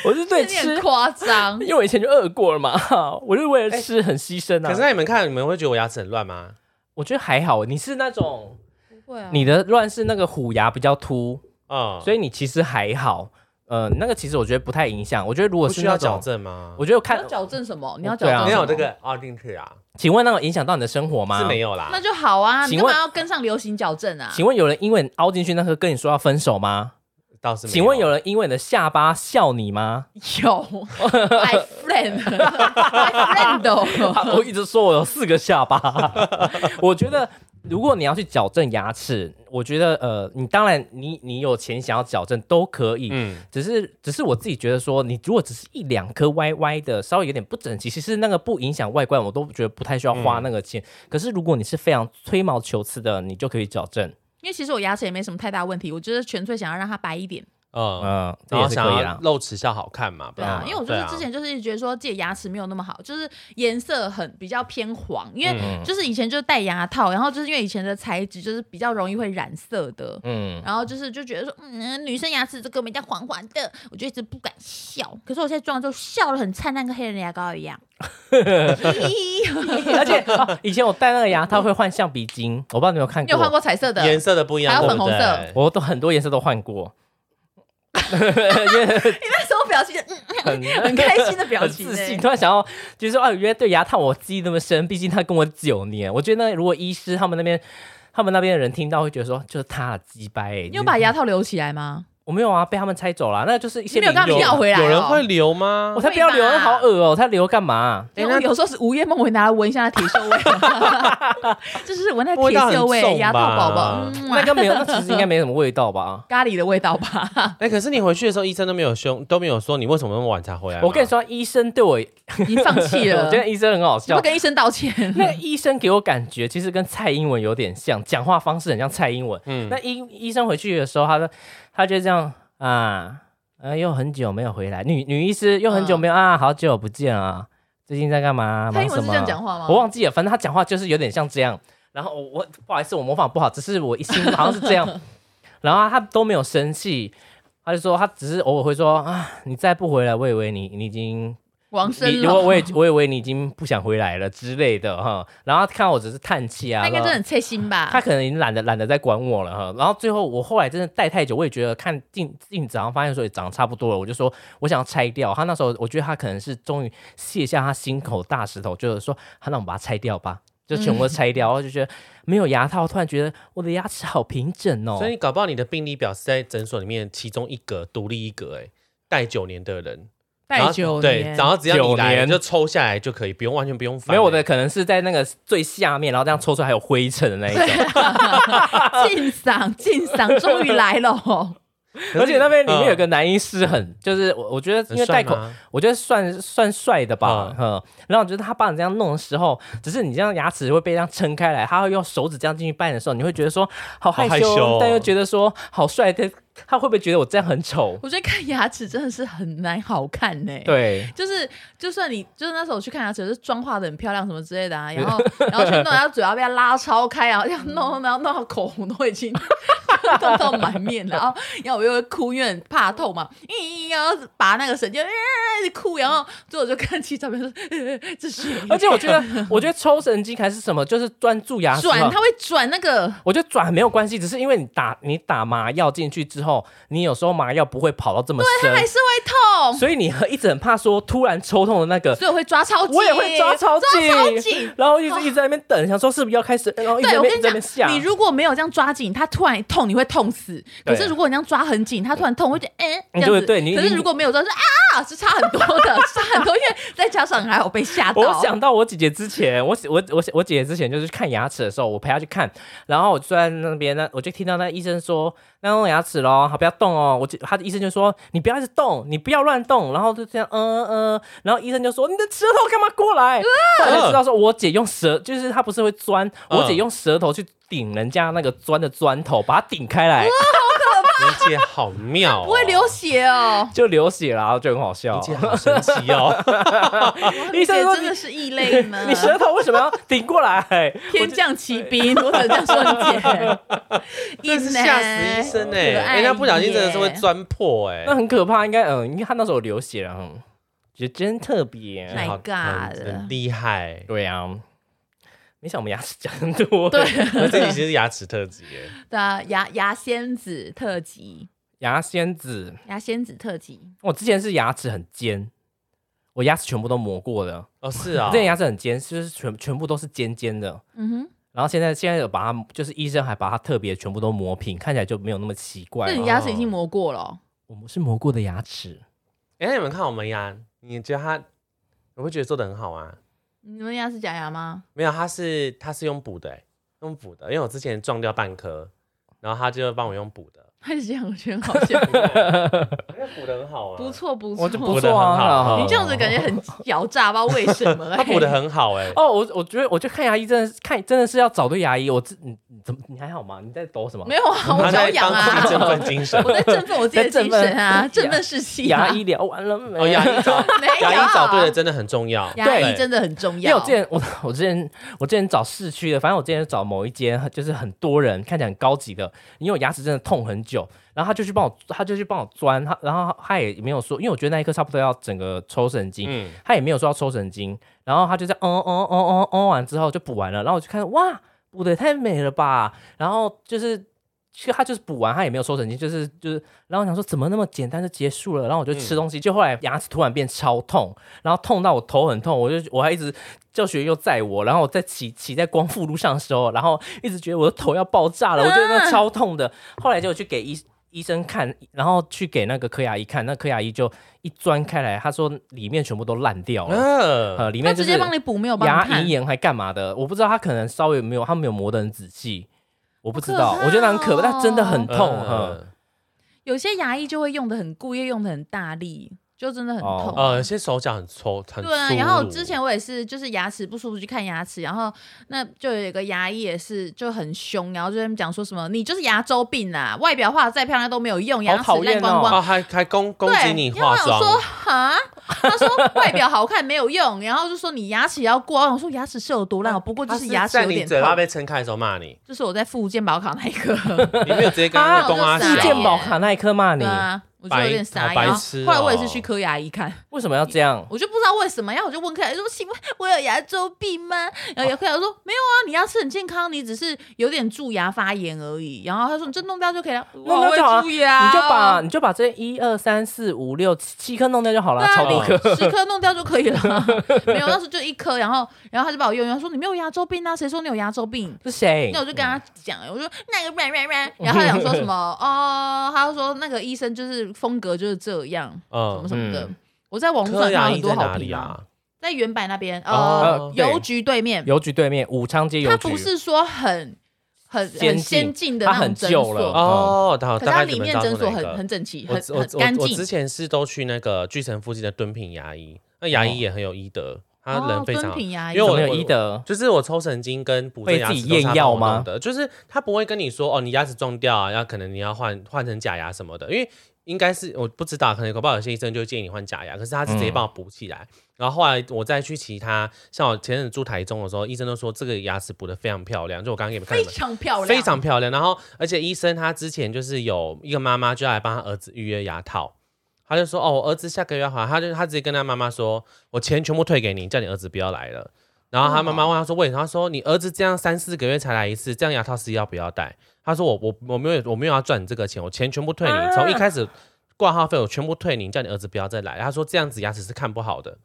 Speaker 3: 我是 <laughs> 对
Speaker 2: 有点
Speaker 3: 吃，
Speaker 2: 夸张。
Speaker 3: 因为我以前就饿过了嘛，我就为了吃很牺牲
Speaker 1: 哎
Speaker 3: 啊。
Speaker 1: 可是那你们看，你们会觉得我牙齿很乱吗？
Speaker 3: 我觉得还好，你是那种
Speaker 2: 会啊
Speaker 3: 你的乱是那个虎牙比较凸，
Speaker 1: 嗯，
Speaker 3: 所
Speaker 1: 以
Speaker 3: 以你其实还好。呃，那个其实我觉得不太影响。我觉得如果
Speaker 1: 不
Speaker 3: 是
Speaker 1: 需
Speaker 3: 那
Speaker 1: 要
Speaker 3: 种
Speaker 1: 矫，正吗？
Speaker 3: 我觉得我
Speaker 2: 你
Speaker 3: 看
Speaker 2: 要矫正什么？你要矫
Speaker 3: 对啊
Speaker 2: 正
Speaker 1: 没有
Speaker 2: 什
Speaker 1: 这
Speaker 2: 么
Speaker 1: 个凹进去啊，
Speaker 3: 请问那种影响到你的生活吗？
Speaker 1: 是没。有啦
Speaker 2: 那。就好啊。你
Speaker 3: 请
Speaker 2: 干
Speaker 3: 问
Speaker 2: 嘛要跟上流行矫正啊？
Speaker 3: 请问有人因为你凹进去那颗跟你说要分手吗？
Speaker 1: 倒是没
Speaker 3: 请问有人因为你的下巴笑你吗？ <laughs>
Speaker 2: 有，my <laughs> friend，my friend，哦
Speaker 3: 啊我一直说我有四个下巴， <laughs> 我觉得如果你要去矫正牙齿，我觉得呃，你当然你你有钱想要矫正都可以，
Speaker 1: 嗯
Speaker 3: 只是只是我自己觉得说，你如果只是一两颗歪歪的，稍微有点不整齐，其实那个不影响外观，我都觉得不太需要花那个钱。
Speaker 2: 嗯
Speaker 3: 可是如果你是非常吹毛求疵的，你就可以矫正，
Speaker 2: 因为其实我牙齿也没什么太大问题，我就是纯粹想要让它白一点，
Speaker 1: 嗯
Speaker 3: 嗯、这
Speaker 1: 然
Speaker 3: 也
Speaker 1: 后
Speaker 3: 是
Speaker 1: 想
Speaker 3: 可以
Speaker 1: 要
Speaker 3: 啦。
Speaker 1: 露齿笑好看嘛，不
Speaker 2: 对
Speaker 1: 然
Speaker 2: 啊
Speaker 1: 嘛，
Speaker 2: 因为我就
Speaker 1: 对
Speaker 2: 是
Speaker 1: 啊
Speaker 2: 之前就是一直觉得说自己的牙齿没有那么好，就是颜色很比较偏黄，因为
Speaker 1: 嗯
Speaker 2: 就是以前就是戴牙套，然后就是因为以前的材质就是比较容易会染色的，
Speaker 3: 嗯， <laughs>
Speaker 2: 然后就是就觉得说，嗯，女生牙齿这个没叫黄黄的，我就一直不敢笑。可是我现在装就笑的很灿烂，跟黑人牙膏一样。
Speaker 3: 而且、啊以前我戴那个牙套会换橡皮筋，我不知道你有没有看
Speaker 2: 你有 <laughs> 换过彩色的？
Speaker 1: 啊颜色的不一样，
Speaker 2: 还有
Speaker 1: 对不
Speaker 2: 粉红色
Speaker 1: 对
Speaker 3: 我都很多颜色都换过，
Speaker 2: 你那时候表情嗯 <laughs>
Speaker 3: 很
Speaker 2: 很开心的表
Speaker 3: <laughs> 很
Speaker 2: 情、
Speaker 3: 自信，
Speaker 2: 欸，
Speaker 3: 突然想要就是说啊，原来对牙套我记忆那么深，毕竟他跟我九年。我觉得那如果医师他们那边，他们那边的人听到会觉得说，就是他的鸡掰、欸。
Speaker 2: 你有把牙套留起来吗？
Speaker 3: 我没有啊，被他们拆走了，那就是一
Speaker 2: 你
Speaker 3: 些
Speaker 2: 没有跟他们
Speaker 3: 名流
Speaker 2: 要回来、哦，
Speaker 4: 有人会留吗
Speaker 3: 我？才不要留，
Speaker 2: 会吧
Speaker 3: 那好恶哦、他留干嘛、
Speaker 4: 哎
Speaker 2: 因为
Speaker 4: 那
Speaker 2: 我有时候是午夜梦回，拿来闻一下那铁锈 <laughs> 味，就是闻那
Speaker 1: 味
Speaker 2: 铁
Speaker 1: 道很
Speaker 2: 锈味，
Speaker 1: 重
Speaker 2: 牙套宝宝
Speaker 1: 吧，
Speaker 2: 嗯
Speaker 3: 那
Speaker 2: 哇？
Speaker 3: 个没有，那其实应该没什么味道吧
Speaker 2: 咖喱的味道 <laughs> 吧，
Speaker 1: 哎、可是你回去的时候，医生都没有凶，都没有说你为什么那么晚才回来吗。
Speaker 3: 我跟你说，医生对我，我
Speaker 2: 已经放弃了 <laughs>
Speaker 3: 觉，得医生很好
Speaker 2: 你
Speaker 3: 笑
Speaker 2: 不。跟医生道歉，
Speaker 3: 那个医生给我感觉其实跟蔡英文有点像，讲话方式很像蔡英文。
Speaker 1: 嗯
Speaker 3: 那医医生回去的时候，他说他就这样啊，呃，又很久没有回来，女女医师又很久没有、啊，好久不见啊，最近在干嘛？
Speaker 2: 蔡
Speaker 3: 忙
Speaker 2: 英文
Speaker 3: 什
Speaker 2: 是
Speaker 3: 么
Speaker 2: 这？样讲话吗？
Speaker 3: 我忘记了，反正他讲话就是有点像这样。然后我我不好意思，我模仿不好，只是我一心好像是
Speaker 2: <laughs>
Speaker 3: 这样。然后他都没有生气，他就说他只是偶尔会说啊，你再不回来，我以为你你已经
Speaker 2: 王生
Speaker 3: 你我
Speaker 2: 龙，
Speaker 3: 我也我以为你已经不想回来了之类的哈。然后他看我只是叹气啊，
Speaker 2: 他应该
Speaker 3: 然
Speaker 2: 真
Speaker 3: 后
Speaker 2: 的很切心
Speaker 3: 他
Speaker 1: 啊
Speaker 2: 吧？
Speaker 3: 可能已经懒得懒得再管我了哈。然后最后我后来真的戴太久，我也觉得看镜镜子，然后发现说也长得差不多了，我就说我想要拆掉。他那时候我觉得他可能是终于卸下他心口大石头，就是说他让我把它拆掉吧，就全部都拆
Speaker 1: 嗯
Speaker 3: 掉。然后就觉得没有牙套，突然觉得我的牙齿好平整哦
Speaker 1: 所。以搞不好你的病历表是在诊所里面其中一格独立一格、哎，带九年的人，然
Speaker 2: 带
Speaker 1: 后
Speaker 2: 酒
Speaker 1: 对，
Speaker 2: 年
Speaker 1: 然后只要你
Speaker 3: 九
Speaker 1: 来
Speaker 3: 年
Speaker 1: 你就抽下来就可以，不用完全不用翻、
Speaker 3: 没有我
Speaker 1: 哎
Speaker 3: 的可能是在那个最下面，然后这样抽出来还有灰尘的那一种。
Speaker 2: <laughs>
Speaker 1: <laughs>
Speaker 2: 敬赏敬赏，终于来了哦，
Speaker 3: 而且那边里面
Speaker 1: 嗯
Speaker 3: 有个男医师很，就是我我觉得因为戴口
Speaker 1: 很帅吗
Speaker 3: 我觉得算算帅的吧，
Speaker 1: 嗯
Speaker 3: 嗯，然后我觉得他帮你这样弄的时候，只是你这样牙齿会被这样撑开来，他会用手指这样进去掰的时候，你会觉得说好害
Speaker 1: 好害羞哦
Speaker 3: 但又觉得说好帅，但他会不会觉得我这样很丑？
Speaker 2: <laughs> 我觉得看牙齿真的是很难好看呢、。
Speaker 3: 对，
Speaker 2: 就是，就算你就是那时候我去看牙齿，就是妆化的很漂亮什么之类
Speaker 3: <laughs>
Speaker 2: 的啊，然后然后去弄，然后嘴巴被它拉超开啊，然后 <laughs> 弄弄，然后弄到口红都已经 <laughs> 弄到满面了，然后然后我又会哭，因为很怕痛嘛，咦，然后拔那个神经，呃一直哭，然后最后我就看其照片说， <laughs> 呃这是
Speaker 3: 而且我觉得，我觉得抽神经还是什么，就是专注
Speaker 2: <laughs>
Speaker 3: 牙齿嘛。
Speaker 2: 转，它会转那个，
Speaker 3: 我觉得转没有关系，只是因为你打你打麻药进去之后，你有时候麻药不会跑到这么
Speaker 2: 还
Speaker 3: 深，
Speaker 2: 是会痛，
Speaker 3: 所以你很一直很怕说突然抽痛的那个，
Speaker 2: 所以我会抓超紧，
Speaker 3: 我也会抓超紧
Speaker 2: 抓超紧。
Speaker 3: 然后一直一直在那边等，想说是不是要开始，然后一直在
Speaker 2: 对，
Speaker 3: 那
Speaker 2: 我
Speaker 3: 边
Speaker 2: 跟
Speaker 3: 一
Speaker 2: 你
Speaker 3: 直在那边吓
Speaker 2: 讲，你。如果没有这样抓紧，它突然痛，你会痛死。可
Speaker 3: 对
Speaker 2: 是如果你这样抓很紧，它突然痛，我会觉得哎、
Speaker 3: 你
Speaker 2: 这样子。
Speaker 3: 对对你
Speaker 2: 可
Speaker 3: 你
Speaker 2: 是如果没有抓，是啊，是差很多的， <laughs> 是差很多，因为再加上还有被吓到。
Speaker 3: 我想到我姐姐之前，我我我我姐姐之前就是去看牙齿的时候，我陪她去看，然后我就在那边，那我就听到那医生说，那弄牙齿咯，好不要动哦。我姐她的医生就说，你不要一直动，你不要乱动，然后就这样，嗯嗯，嗯然后医生就说，你的舌头干嘛过来？后来才知道说我姐用舌，就是她不是会钻，
Speaker 1: 嗯
Speaker 3: 我姐用舌头去顶人家那个钻的钻头，把它顶开来，
Speaker 1: 你姐好妙、哦，
Speaker 2: 不会流血哦，
Speaker 3: 就流血了，然后就很好笑
Speaker 1: 你。姐好神奇哦。
Speaker 3: 哦医生
Speaker 2: 姐
Speaker 3: 说
Speaker 2: 真
Speaker 3: 你
Speaker 2: 的是啊异类呢。
Speaker 3: <laughs> 你舌头为什么要顶过来？
Speaker 2: 天降奇兵，我只能这样说你
Speaker 3: <laughs>
Speaker 1: 真
Speaker 2: 姐。
Speaker 1: 是吓死医生哎、
Speaker 2: 可爱
Speaker 1: 人家不小心真的是会
Speaker 2: 耶
Speaker 1: 钻破哎、
Speaker 3: 那
Speaker 2: Oh
Speaker 3: 很可怕，应该嗯，因为他那时候流血了，嗯，觉得真特别。啊
Speaker 2: My
Speaker 1: 哎好
Speaker 2: God
Speaker 1: 很很厉害。
Speaker 3: 对啊，没想到我们牙齿讲很多。欸
Speaker 2: 对，
Speaker 1: 那这里其实是牙齿特辑 <laughs> 耶，
Speaker 2: 对啊，牙牙仙子特辑，
Speaker 3: <laughs> 牙仙子，
Speaker 2: 牙仙子特辑，
Speaker 3: 我之前是牙齿很尖，我牙齿全部都磨过的，
Speaker 1: 哦是啊、
Speaker 3: 我之前牙齿很尖，就是全全部都是尖尖的。
Speaker 2: 嗯哼，
Speaker 3: 然后现在现在有把它，就是医生还把它特别全部都磨平，看起来就没有那么奇怪
Speaker 2: 那
Speaker 3: 了。
Speaker 2: 你牙齿已经磨过了哦，
Speaker 3: 我们是磨过的牙齿，
Speaker 1: 哎、那你们看我们牙，你觉得他，我会觉得做的很好啊？
Speaker 2: 你们牙是假牙吗？ <laughs>
Speaker 1: 没有，他是他是用补的、欸，用补的，因为我之前撞掉半颗，然后他就帮我用补的，
Speaker 2: 他是这样，我觉得很好笑，
Speaker 1: 因为补的很好啊，
Speaker 2: 不错不
Speaker 3: 我
Speaker 2: 错，
Speaker 3: 就
Speaker 1: 磨
Speaker 3: 不
Speaker 1: 得
Speaker 3: 错
Speaker 1: 很好嗯
Speaker 3: 啊。
Speaker 2: 你这样子感觉很狡诈，不知道为什么、
Speaker 3: <laughs>
Speaker 2: 欸。
Speaker 1: 他补的很好哎、
Speaker 3: 哦，我我觉得我就看牙医真的是看真的是要找对牙医。我自你你怎么你还好吗？你在抖什么？
Speaker 2: 没有啊，我
Speaker 1: 他
Speaker 2: 朝
Speaker 1: 在
Speaker 2: 阳
Speaker 1: 帮自己振
Speaker 2: 啊，
Speaker 1: 奋精神
Speaker 2: <laughs> 我。在振奋我自己的精神啊，
Speaker 3: <laughs> 在
Speaker 2: 振
Speaker 3: 振奋
Speaker 2: 奋士气、啊。
Speaker 3: 牙 <laughs> 医 E 聊完了没？
Speaker 1: 哦，牙医找
Speaker 2: 没有
Speaker 1: 牙医找对了，真的很重要。
Speaker 2: 啊牙医
Speaker 3: 对
Speaker 2: 真的很重
Speaker 3: 因为
Speaker 2: 要。
Speaker 3: 我之前我 <laughs> 我之前我之前找市区的，反正我之前找某一间就是很多人看起来很高级的，因为我牙齿真的痛很久，然后他就去帮我他就去帮我钻，他然后他也没有说，因为我觉得那一刻差不多要整个抽神经，
Speaker 1: 嗯，
Speaker 3: 他也没有说要抽神经，然后他就在嗯嗯嗯嗯嗯完之后就补完了，然后我就看哇补的也太美了吧，然后就是。其实他就是补完，他也没有抽神经，就是就是，然后我想说怎么那么简单就结束了，然后我就吃东西，就后来牙齿突然变超痛，然后痛到我头很痛，我就我还一直教学又载我，然后我在骑骑在光复路上的时候，然后一直觉得我的头要爆炸了，我觉得那超痛的，后来就去给医医生看，然后去给那个柯雅一看，那柯雅一就一钻开来，他说里面全部都烂掉了，
Speaker 1: 呃，
Speaker 3: 呃，里
Speaker 2: 他
Speaker 3: 面就
Speaker 2: 直
Speaker 3: 是
Speaker 2: 接帮你补，没有帮你
Speaker 3: 牙龈
Speaker 2: 看。
Speaker 3: 炎还干嘛的，我不知道他可能稍微没有，他没有磨得很仔细，我不知
Speaker 2: 好可
Speaker 3: 道，
Speaker 2: 怕哦
Speaker 3: 我觉得很可怕，但真的很痛，
Speaker 1: 呃
Speaker 3: 嗯，
Speaker 2: 有些牙医就会用的很故意，用的很大力，就真的很
Speaker 3: 哦
Speaker 2: 痛。
Speaker 1: 呃，有些手脚很抽，很
Speaker 2: 对啊，
Speaker 1: 粗
Speaker 2: 然后
Speaker 1: 鲁
Speaker 2: 之前我也是，就是牙齿不舒服去看牙齿，然后那就有一个牙医也是就很凶，然后就在那边讲说什么你就是牙周病啊，外表画的再漂亮都没有用，牙齿
Speaker 3: 讨
Speaker 2: 烂
Speaker 3: 厌
Speaker 2: 光
Speaker 3: 哦
Speaker 2: 光。
Speaker 1: 啊，还还攻攻
Speaker 2: 对，
Speaker 1: 击
Speaker 2: 因
Speaker 1: 你
Speaker 2: 为
Speaker 1: 化
Speaker 2: 我想说
Speaker 1: 妆，
Speaker 2: 哈，他说外表好看没有用，然后就说你牙齿要过。我想说牙齿是有多烂，我不过
Speaker 1: 哦
Speaker 2: 就
Speaker 1: 他
Speaker 2: 是牙齿
Speaker 1: 在
Speaker 2: 有
Speaker 1: 你
Speaker 2: 点
Speaker 1: 嘴巴
Speaker 2: 痛。
Speaker 1: 被撑开的时候骂你，
Speaker 2: 就是我在复健保考那
Speaker 1: <laughs>
Speaker 2: 一刻，
Speaker 1: 你没有直接
Speaker 2: <laughs>
Speaker 1: 跟
Speaker 3: 啊
Speaker 1: 他公阿
Speaker 2: 我就傻
Speaker 3: 是
Speaker 1: 小，
Speaker 3: 健保卡那一刻骂你
Speaker 2: 嗯对，啊，我就有点傻
Speaker 1: 白
Speaker 2: 眼。然
Speaker 1: 好白痴
Speaker 2: 后后来我也
Speaker 1: 哦
Speaker 2: 是去科牙医看，
Speaker 3: 为什么要这样？
Speaker 2: 我就不知道为什么，然后我就问科牙医说：“请问我有牙周病吗？”然后科牙医说：“没有啊，你牙齿很健康，你只是有点蛀牙发炎而已。”然后他说：“你这弄掉就可以了。”
Speaker 3: 弄掉就好啊
Speaker 2: 我会蛀牙，
Speaker 3: 你就把你就把这一二三四五六七颗弄掉就好了，
Speaker 2: 对啊
Speaker 3: 超多颗。
Speaker 2: 十颗弄掉就可以了， <laughs> 没有，那时候就一颗，然后然后他就把我用一用，说你没有牙周病啊，谁说你有牙周病？
Speaker 3: 是谁
Speaker 2: 那？我就跟他讲，我说那个软软软，然后他讲说什么哦，他就说那个医生就是风格就是这样，什么
Speaker 1: 嗯，
Speaker 2: 什么的
Speaker 3: 嗯。
Speaker 2: 我在网络
Speaker 1: 柯
Speaker 2: 上看到
Speaker 1: 雅
Speaker 2: 很
Speaker 1: 怡
Speaker 2: 多
Speaker 1: 在
Speaker 2: 好
Speaker 1: 哪里
Speaker 2: 评啊，
Speaker 1: 啊？
Speaker 2: 在原版那边，呃
Speaker 1: 哦，
Speaker 3: 对
Speaker 2: 邮局对面，
Speaker 3: 邮局对面武昌街邮
Speaker 2: 它
Speaker 3: 局。
Speaker 2: 不是说很很
Speaker 3: 先
Speaker 2: 很
Speaker 3: 进
Speaker 2: 先进的
Speaker 3: 它
Speaker 2: 那种
Speaker 3: 很
Speaker 2: 诊
Speaker 3: 旧
Speaker 2: 所
Speaker 3: 了，
Speaker 1: 哦，大大
Speaker 2: 可是它
Speaker 1: 概
Speaker 2: 里
Speaker 1: 你们
Speaker 2: 面
Speaker 1: 知道
Speaker 2: 诊所
Speaker 1: 哪一
Speaker 2: 很
Speaker 1: 个
Speaker 2: 很整齐，
Speaker 1: 我
Speaker 2: 很
Speaker 1: 之我
Speaker 2: 很
Speaker 1: 之我
Speaker 2: 干
Speaker 1: 我之
Speaker 2: 净。
Speaker 1: 前是都去那个巨城附近的敦品牙医，那牙医也很有医德，他
Speaker 2: 哦，
Speaker 1: 人非
Speaker 2: 敦
Speaker 1: 常好。
Speaker 2: 品牙医
Speaker 1: 因为
Speaker 3: 有
Speaker 1: 我
Speaker 3: 没有医德？
Speaker 1: 就是我抽神经跟补正牙齿都
Speaker 3: 嗯会自己
Speaker 1: 差
Speaker 3: 验
Speaker 1: 不
Speaker 3: 药
Speaker 1: 多
Speaker 3: 吗
Speaker 1: 的，就是他不会跟你说哦，你牙齿撞掉啊，然后可能你要换换成假牙什么的，因为应该是我不知道，可能搞不好有些医生就会建议你换假牙，可是他是直接
Speaker 3: 嗯
Speaker 1: 帮我补起来。然后后来我再去其他，像我前阵子住台中的时候，医生都说这个牙齿补的非常漂亮，就我刚刚给你们看
Speaker 2: 非
Speaker 1: 的嘛。
Speaker 2: 常漂亮，
Speaker 1: 非常漂亮。然后，而且医生他之前就是有一个妈妈就来帮他儿子预约牙套，他就说：“哦，我儿子下个月要还。”他就他直接跟他妈妈说：“我钱全部退给你，叫你儿子不要来了。”然后他妈妈问他说：“为什么？”他说：“你儿子这样三四个月才来一次，这样牙套是要不要戴？”他说：“我我我没有我没有要赚你这个钱，我钱全部退
Speaker 3: 啊
Speaker 1: 你，从一开始挂号费我全部退你，叫你儿子不要再来。”他说：“这样子牙齿是看不好的。”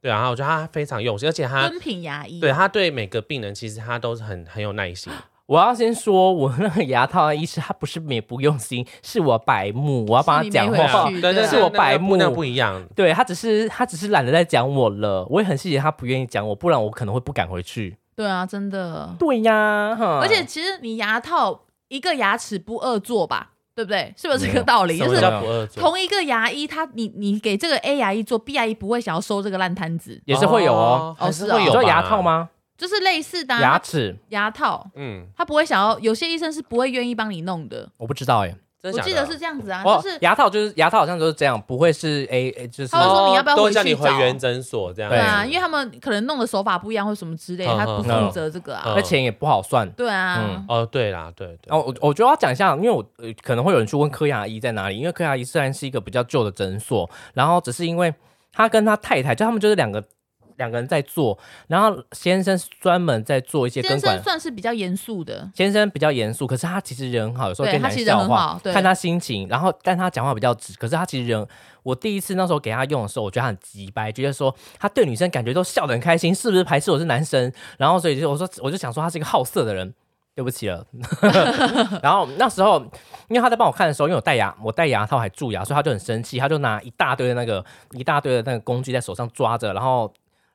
Speaker 1: 对啊，然后我觉得他非常用心，而且他
Speaker 2: 敦品牙医，
Speaker 3: 啊
Speaker 1: 对他对每个病人其实他都是很很有耐心。
Speaker 3: 我要先说，我那个牙套的医师他不是没不用心，是我白目，我要帮他讲
Speaker 2: 是你没
Speaker 3: 话
Speaker 2: 回。去
Speaker 1: 对
Speaker 2: 对
Speaker 1: 对，
Speaker 2: 是
Speaker 3: 我白目
Speaker 1: 那不一样。
Speaker 3: 对他只是他只是懒得在讲我了，我也很谢谢他不愿意讲我，不然我可能会不敢回去。
Speaker 2: 对啊，真的。
Speaker 3: 对呀，哈
Speaker 2: 而且其实你牙套一个牙齿不恶做吧，对不对？是不是这个道理？
Speaker 1: 什
Speaker 2: 就
Speaker 1: 么
Speaker 2: 是
Speaker 1: 叫不二做？
Speaker 2: 同一个牙医，他你你给这个 A 牙医做，B 牙医不会想要收这个烂摊子，
Speaker 3: 也是会有哦。
Speaker 2: 哦
Speaker 1: 还是
Speaker 2: 是哦
Speaker 1: 会
Speaker 3: 你
Speaker 1: 有
Speaker 3: 知道
Speaker 1: 吧
Speaker 3: 牙套？吗？
Speaker 2: 就是类似的啊、
Speaker 3: 牙齿
Speaker 2: 牙套，
Speaker 1: 嗯，
Speaker 2: 他不会想要。有些医生是不会愿意帮你弄的，
Speaker 3: 我不知道哎，
Speaker 1: 真
Speaker 2: 我
Speaker 1: 的
Speaker 2: 记
Speaker 1: 假
Speaker 2: 得
Speaker 1: 的
Speaker 2: 是这样子啊，
Speaker 3: 哦
Speaker 2: 就是，
Speaker 3: 牙套就是牙套好像都是这样，不会是 A A 就是
Speaker 2: 他会说你要不要
Speaker 1: 都
Speaker 2: 回去
Speaker 1: 叫你回
Speaker 2: 找
Speaker 1: 原诊所这样子？
Speaker 2: 对啊，因为他们可能弄的手法不一样或什么之类，
Speaker 1: 嗯
Speaker 2: 他不
Speaker 3: 嗯
Speaker 2: 负责这个啊
Speaker 1: 嗯，
Speaker 3: 那钱也不好算。
Speaker 2: 对啊，
Speaker 1: 哦，对啦，对对。
Speaker 3: 然后我我觉得要讲一下，因为我、呃、可能会有人去问柯牙医在哪里，因为柯牙医虽然是一个比较旧的诊所，然后只是因为他跟他太太，就他们就是两个两个人在做，然后先生是专门在做一些根
Speaker 2: 先生
Speaker 3: 管。
Speaker 2: 算是比较严肃的，
Speaker 3: 先生比较严肃，可是他其实人很好，有时候
Speaker 2: 对
Speaker 3: 跟
Speaker 2: 他
Speaker 3: 男
Speaker 2: 其实
Speaker 3: 笑
Speaker 2: 人很
Speaker 3: 话
Speaker 2: 好，对
Speaker 3: 看他心情。然后，但他讲话比较直，可是他其实人，我第一次那时候给他用的时候，我觉得他很急掰，觉得说他对女生感觉都笑得很开心，是不是排斥我是男生？然后所以就我说我就想说他是一个好色的人，对不起了。 <laughs> 然后那时候，因为他在帮我看的时候，因为我戴牙，我戴牙套还蛀牙，所以他就很生气，他就拿一大堆的那个一大堆的那个工具在手上抓着，然后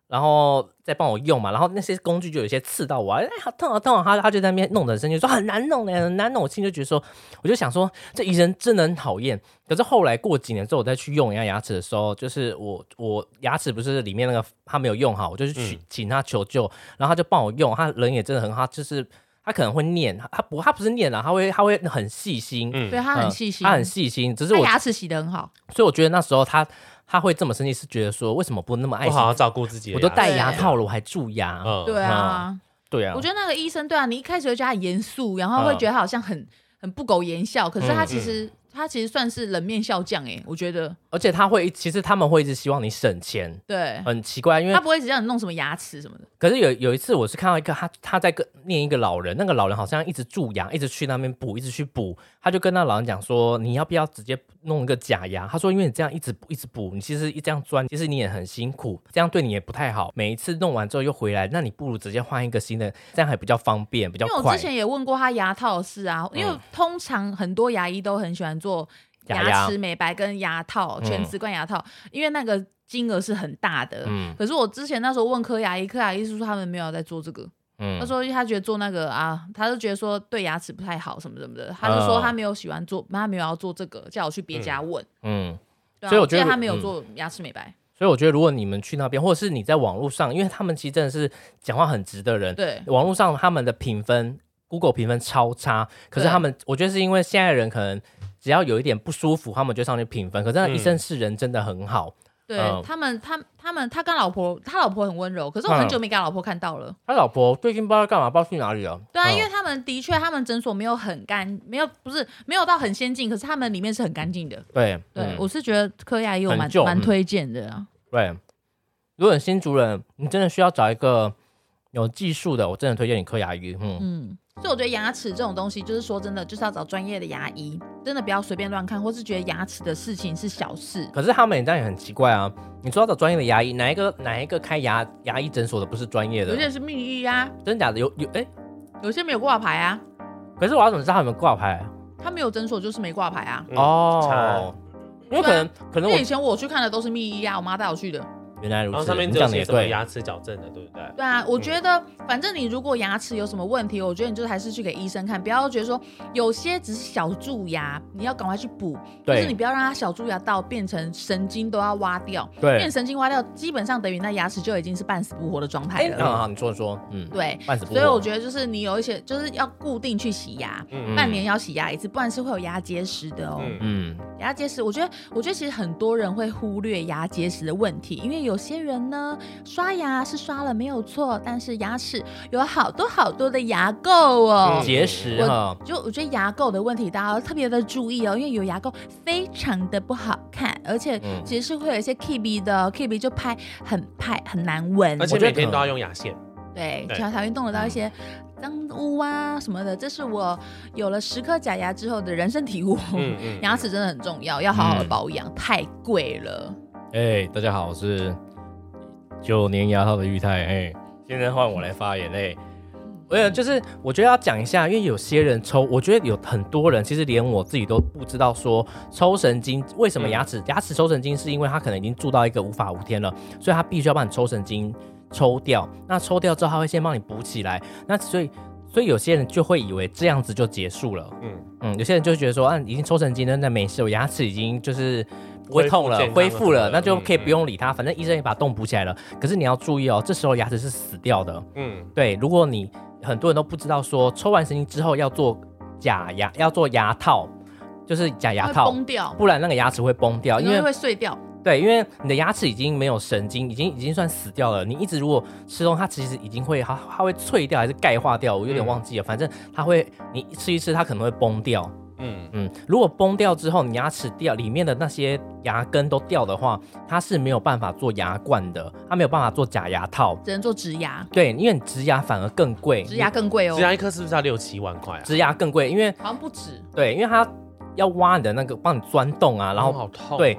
Speaker 3: 然后再帮我用嘛，然后那些工具就有些刺到我啊，哎，好痛好痛啊！他他就在那边弄得很生气，说很难弄的，很难弄。我心里就觉得说，我就想说这医生真的很讨厌。可是后来过几年之后，我再去用人家牙齿的时候，就是我我牙齿不是里面那个他没有用好，我就是
Speaker 1: 嗯
Speaker 3: 去请他求救，然后他就帮我用，他人也真的很好，他就是他可能会念，他不他不是念啊，他会他会很细心，
Speaker 1: 嗯
Speaker 2: 对他
Speaker 3: 嗯
Speaker 2: 很细心，
Speaker 3: 他很细心，只是
Speaker 2: 他
Speaker 3: 我
Speaker 2: 牙齿洗得很好，
Speaker 3: 所以我觉得那时候他他会这么生气，是觉得说为什么不那么爱
Speaker 1: 我
Speaker 3: 惜
Speaker 1: 好好照顾自己的
Speaker 3: 哎我
Speaker 1: 牙
Speaker 3: 都
Speaker 1: 齿，
Speaker 3: 戴牙
Speaker 2: 对
Speaker 3: 套了，我还蛀牙。
Speaker 1: 嗯
Speaker 2: 对啊。
Speaker 3: 对啊，
Speaker 2: 我觉得那个医生，对啊，你一开始会觉得他很严肃，然后会觉得他好像很、很不苟言笑，可是
Speaker 3: 嗯
Speaker 2: 他其实、他其实算是冷面笑匠哎、我觉得
Speaker 3: 而且他会，其实他们会一直希望你省钱，
Speaker 2: 对，
Speaker 3: 很奇哦怪，因为
Speaker 2: 他不会只让你弄什么牙齿什么的，
Speaker 3: 可是有有一次我是看到一个他他在跟念一个老人，那个老人好像一直蛀牙，一直去那边补，一直去补，他就跟那老人讲说，你要不要直接弄一个假牙？他说，因为你这样一直补一直补，你其实一这样钻，其实你也很辛苦，这样对你也不太好。每一次弄完之后又回来，那你不如直接换一个新的，这样还比较方便，比较
Speaker 2: 因为我
Speaker 3: 快嗯
Speaker 2: 之。前也问过他牙套的事啊，因为通常很多牙医都很喜欢做
Speaker 3: 牙
Speaker 2: 牙
Speaker 3: 压
Speaker 2: 齿美白跟牙套，
Speaker 3: 嗯
Speaker 2: 全瓷冠牙套，因为那个金额是很大的。
Speaker 3: 嗯
Speaker 2: 可是我之前那时候问科牙医，科牙医是说他们没有在做这个，
Speaker 3: 嗯，
Speaker 2: 他说他觉得做那个啊，他就觉得说对牙齿不太好什么什么的，他就说
Speaker 3: 哦
Speaker 2: 他没有喜欢做，他没有要做这个，叫我去别家问。
Speaker 3: 嗯。
Speaker 2: 对啊
Speaker 3: 所以我觉得
Speaker 2: 因为他没有
Speaker 3: 嗯
Speaker 2: 做牙齿美白，
Speaker 3: 所以我觉得，如果你们去那边，或者是你在网络上，因为他们其实真的是讲话很直的人，
Speaker 2: 对
Speaker 3: 网络上他们的评分，Google 评分超差。可是
Speaker 2: 对
Speaker 3: 他们，我觉得是因为现在的人可能只要有一点不舒服，他们就上去评分。可是那
Speaker 1: 嗯
Speaker 3: 医生是人真的很好，
Speaker 2: 对、
Speaker 3: 嗯
Speaker 2: 他们，他他们他跟老婆，他老婆很温柔，可是我
Speaker 3: 嗯
Speaker 2: 很久没跟他老婆看到了。
Speaker 3: 他老婆最近不知道干嘛，不知道去哪里了。
Speaker 2: 对啊，
Speaker 3: 嗯
Speaker 2: 因为他们的确，他们诊所没有很干，没有不是没有到很先进，可是他们里面是很干净的。
Speaker 3: 对
Speaker 2: 对，
Speaker 3: 嗯
Speaker 2: 我是觉得科牙也有
Speaker 3: 很
Speaker 2: 蛮
Speaker 3: 旧
Speaker 2: 蛮
Speaker 3: 嗯
Speaker 2: 推荐的啊。
Speaker 3: 对，如果你新主人，你真的需要找一个有技术的，我真的推荐你科牙医。嗯，
Speaker 2: 嗯，所以我觉得牙齿这种东西，就是说真的，就是要找专业的牙医，真的不要随便乱看，或是觉得牙齿的事情是小事。
Speaker 3: 可是他们这样也很奇怪啊。你说要找专业的牙医，哪一个哪一个开牙牙医诊所的不是专业
Speaker 2: 有
Speaker 3: 的？
Speaker 2: 些是秘医啊，
Speaker 3: 真假的有有哎、
Speaker 2: 有些没有挂牌啊，
Speaker 3: 可是我要怎么知道他有没有挂牌？
Speaker 2: 他没有诊所就是没挂牌啊。
Speaker 1: 嗯
Speaker 3: 哦
Speaker 1: 差，
Speaker 3: 因为可能可
Speaker 2: 因
Speaker 3: 能我
Speaker 2: 为以前我去看的都是秘医啊，我妈带我去的。
Speaker 3: 原来如
Speaker 1: 然后
Speaker 3: 此，
Speaker 1: 上面
Speaker 3: 你
Speaker 1: 只有
Speaker 3: 讲的
Speaker 1: 写
Speaker 3: 也
Speaker 1: 什么
Speaker 3: 对，
Speaker 1: 牙齿矫正的，对不对？
Speaker 2: 对啊，我觉得反正你如果牙齿有什么问题，我觉得你就还是去给医生看，不要觉得说有些只是小蛀牙，你要赶快去补，就是你
Speaker 3: 对
Speaker 2: 不要让它小蛀牙到变成神经都要挖掉，变
Speaker 3: 对。
Speaker 2: 神经挖掉，基本上等于那牙齿就已经是半死不活的状态
Speaker 3: 嗯，
Speaker 2: 了。
Speaker 3: 好，你说你说，嗯，
Speaker 2: 对，
Speaker 3: 半死不活。
Speaker 2: 所以我觉得就是你有一些就是要固定去洗牙，
Speaker 1: 哦嗯
Speaker 2: 半年要洗牙一次，不然是会有牙结石的哦。
Speaker 1: 嗯
Speaker 3: 嗯，
Speaker 2: 牙结石，我觉得，我觉得其实很多人会忽略牙结石的问题，因为有些人呢，刷牙是刷了没有错，但是牙齿有好多好多的牙垢哦。
Speaker 1: 嗯
Speaker 3: 结石
Speaker 2: 我
Speaker 3: 哈，
Speaker 2: 就我觉得牙垢的问题，大家要特别的注意哦，因为有牙垢非常的不好看，而且
Speaker 3: 嗯
Speaker 2: 其实是会有一些 K B 的 K B 就拍很拍很难闻，
Speaker 1: 而且
Speaker 3: 我觉得
Speaker 1: 每天
Speaker 3: 可能
Speaker 1: 都要用牙线，
Speaker 2: 对，
Speaker 1: 对
Speaker 2: 条条会动得到一些
Speaker 3: 嗯
Speaker 2: 脏污啊什么的，这是我有了十颗假牙之后的人生体悟。
Speaker 1: 嗯嗯，
Speaker 2: <laughs> 牙齿真的很重要，要好好的
Speaker 3: 嗯
Speaker 2: 保养，太贵了。
Speaker 3: 哎，大家好，我是九年牙套的玉泰，哎，现在换我来发言，哎。没有，就是我觉得要讲一下，因为有些人抽，我觉得有很多人其实连我自己都不知道说抽神经为什么牙齿、牙齿抽神经，是因为他可能已经蛀到一个无法无天了，所以他必须要帮你抽神经抽掉。那抽掉之后，他会先帮你补起来。那所以所以有些人就会以为这样子就结束了。
Speaker 1: 嗯，
Speaker 3: 嗯，有些人就觉得说，啊，已经抽神经了，那没事，我牙齿已经就是不会
Speaker 1: 恢复
Speaker 3: 痛了
Speaker 1: 健，康
Speaker 3: 恢
Speaker 1: 了
Speaker 3: 复了，
Speaker 1: 什么的
Speaker 3: 那就可以
Speaker 1: 嗯
Speaker 3: 不用理它，反正医生也把洞补起来了。可是你要注意哦，这时候牙齿是死掉的。
Speaker 1: 嗯
Speaker 3: 对，如果你很多人都不知道说，抽完神经之后要做假牙，要做牙套，就是假牙
Speaker 2: 会
Speaker 3: 套，
Speaker 2: 崩掉，
Speaker 3: 不然那个牙齿会崩掉，因
Speaker 2: 因为
Speaker 3: 为
Speaker 2: 会碎掉。
Speaker 3: 对，因为你的牙齿已经没有神经，已经已经算死掉了。你一直如果吃东西，它其实已经会它它会脆掉还是钙化掉，我有点
Speaker 1: 嗯
Speaker 3: 忘记了。反正它会，你吃一吃，它可能会崩掉。
Speaker 1: 嗯，
Speaker 3: 嗯，如果崩掉之后，你牙齿掉里面的那些牙根都掉的话，它是没有办法做牙冠的，它没有办法做假牙套。
Speaker 2: 只能做植牙，
Speaker 3: 对，因为你植牙反而更贵，
Speaker 2: 植牙更贵哦
Speaker 1: 植，牙一颗是不是要六七万块啊？
Speaker 3: 植牙更贵，因为
Speaker 2: 好像不止。
Speaker 3: 对，因为它要挖你的那个，帮你钻洞啊，然
Speaker 1: 嗯
Speaker 3: 后
Speaker 1: 好痛哦，
Speaker 3: 对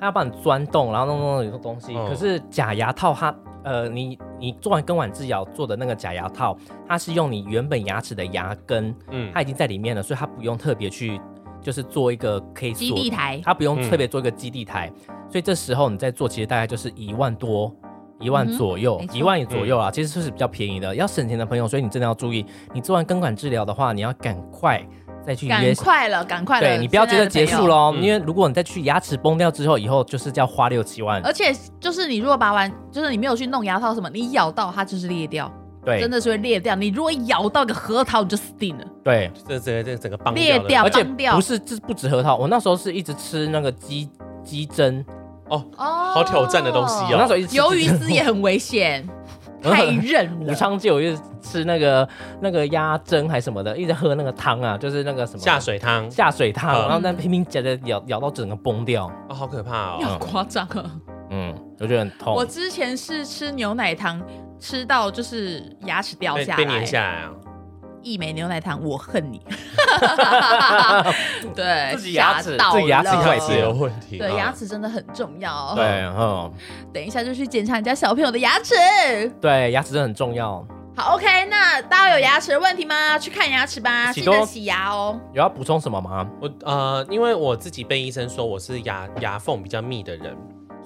Speaker 3: 它要帮你钻洞，然后弄弄弄有个东西。
Speaker 1: 嗯
Speaker 3: 可是假牙套它，呃，你你做完根管治疗做的那个假牙套，它是用你原本牙齿的牙根，
Speaker 1: 嗯，
Speaker 3: 它已经在里面了，所以它不用特别去就是做一个可以
Speaker 2: 基
Speaker 3: 锁
Speaker 2: 地台，
Speaker 3: 它不用
Speaker 1: 嗯
Speaker 3: 特别做一个基地台，所以这时候你在做，其实大概就是一万多。一万
Speaker 2: 嗯哼
Speaker 3: 左右
Speaker 2: 没，错
Speaker 3: 一万左右啊，其实就是比较便宜的。要省钱的朋友，所以你真的要注意，你做完根管治疗的话，你要赶快再去
Speaker 2: 赶
Speaker 3: 约。
Speaker 2: 快了，赶快了，
Speaker 3: 对你不要觉得结束
Speaker 2: 了。
Speaker 3: 喽，
Speaker 1: 嗯
Speaker 3: 因为如果你再去牙齿崩掉之后，以后就是要花六七万。
Speaker 2: 而且就是你如果拔完，就是你没有去弄牙套什么，你咬到它就是裂掉，
Speaker 3: 对
Speaker 2: 真的是会裂掉。你如果咬到一个核桃，你就死定了。
Speaker 3: 对，
Speaker 1: 这这这整个棒
Speaker 2: 裂掉
Speaker 1: 了
Speaker 3: 而且
Speaker 2: 放掉
Speaker 3: 不是这不止核桃，我那时候是一直吃那个鸡鸡胗，
Speaker 2: 哦，
Speaker 1: 好挑战的东西
Speaker 3: 我
Speaker 1: 哦
Speaker 3: 那时候一直吃
Speaker 2: 鱿鱼丝也很危
Speaker 3: <laughs>
Speaker 2: 险，太韧
Speaker 3: 武
Speaker 2: 了。
Speaker 3: 昌街我一直吃那个那个鸭胗还是什么的，一直喝那个汤啊，就是那个什么
Speaker 1: 下水汤
Speaker 3: 下水汤，
Speaker 1: 嗯
Speaker 3: 然后那拼命夹着咬咬到整个崩掉，
Speaker 1: 哦，好可怕
Speaker 2: 你
Speaker 1: 哦，
Speaker 2: <laughs> 好夸张啊！
Speaker 3: 嗯，我觉得很痛
Speaker 2: 我。之前是吃牛奶糖，吃到就是牙齿掉
Speaker 1: 被
Speaker 2: 下
Speaker 1: 被粘
Speaker 2: 来。
Speaker 1: 下来啊，
Speaker 2: 一枚牛奶糖，我
Speaker 1: <laughs>
Speaker 2: 恨你。对，
Speaker 3: 自己牙齿
Speaker 2: 吓到
Speaker 3: 自己牙齿
Speaker 2: 哦了
Speaker 3: 坏
Speaker 1: 是
Speaker 3: 掉
Speaker 1: 有问题，
Speaker 2: 对，
Speaker 1: 嗯
Speaker 2: 牙齿真的很重要。哦
Speaker 3: 对，嗯，
Speaker 2: 等一下就去检查人家小朋友的牙齿。
Speaker 3: 对，牙齿真的很重要。
Speaker 2: 好，OK，那大家有牙齿的问题吗？去看牙齿吧，
Speaker 3: 喜
Speaker 2: 记
Speaker 3: 多
Speaker 2: 得洗牙哦。
Speaker 3: 有要补充什么吗？
Speaker 1: 我呃，因为我自己被医生说我是牙牙缝比较密的人，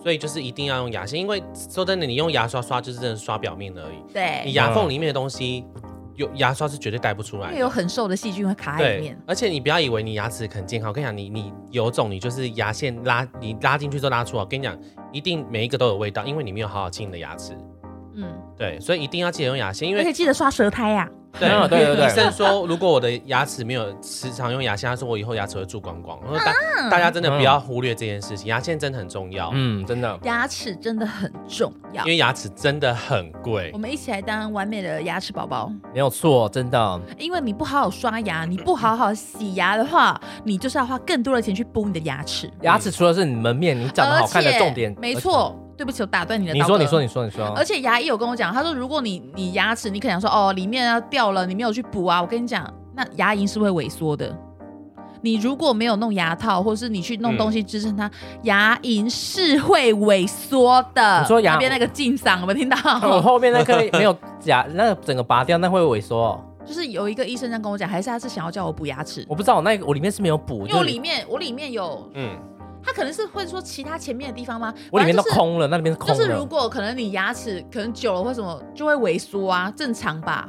Speaker 1: 所以就是一定要用牙线，因为说真的，你用牙刷刷就是真的刷表面而已，你
Speaker 2: 对，
Speaker 1: 牙缝里面的东西，有牙刷是绝对带不出来
Speaker 2: 因
Speaker 1: 的
Speaker 2: 为。有很瘦的细菌会卡在里
Speaker 1: 对
Speaker 2: 面，。
Speaker 1: 而且你不要以为你牙齿很健康，我跟你讲，你你有种，你就是牙线拉你拉进去就拉出来，我跟你讲，一定每一个都有味道，因为你没有好好清你的牙齿。
Speaker 2: 嗯，
Speaker 1: 对，所以一定要记得用牙线，因
Speaker 2: 而且
Speaker 1: 为
Speaker 2: 记得刷舌苔呀、
Speaker 1: 对
Speaker 3: 啊对对对
Speaker 1: 医生说如果我的牙齿没有时常用牙线，他说我以后牙齿会蛀光光。我说
Speaker 2: 嗯
Speaker 1: 大大家真的不要忽略这件事情，牙线真的很重要，
Speaker 3: 嗯，真的，
Speaker 2: 牙齿真的很重要
Speaker 1: 因。为牙齿真的很贵
Speaker 2: 我。们一起来当完美的牙齿宝宝，
Speaker 3: 没有错，真的，
Speaker 2: 因为你不好好刷牙，你不好好洗牙的话，你就是要花更多的钱去补你的牙齿。
Speaker 3: 牙齿除了是你门面，你长得好看的重点
Speaker 2: 而，且没错，对不起，我打断你的。
Speaker 3: 你说，你说，你。说，你说，
Speaker 2: 而且牙医有跟我讲，他说如果你你牙齿你可能想说哦里面要掉了，你没有去补啊，我跟你讲，那牙龈是会萎缩的。你如果没有弄牙套，或是你去
Speaker 3: 嗯
Speaker 2: 弄东西支撑它，牙龈是会萎缩的。
Speaker 3: 你说牙
Speaker 2: 那边那个进嗓，有没有听到？
Speaker 3: <laughs> 我后面那颗没有假，那个整个拔掉，那会萎缩。
Speaker 2: <laughs> 就是有一个医生这样跟我讲，还是他是想要叫我补牙齿，
Speaker 3: 我不知道，我那个我里面是没有补，
Speaker 2: 因为我
Speaker 3: 就是
Speaker 2: 里面我里面有，
Speaker 1: 嗯，
Speaker 2: 他可能是会说其他前面的地方吗？
Speaker 3: 我里面都
Speaker 2: 反正就是
Speaker 3: 空了，那里面是空
Speaker 2: 就
Speaker 3: 了。
Speaker 2: 是如果可能你牙齿可能久了或什么就会萎缩啊，正常吧？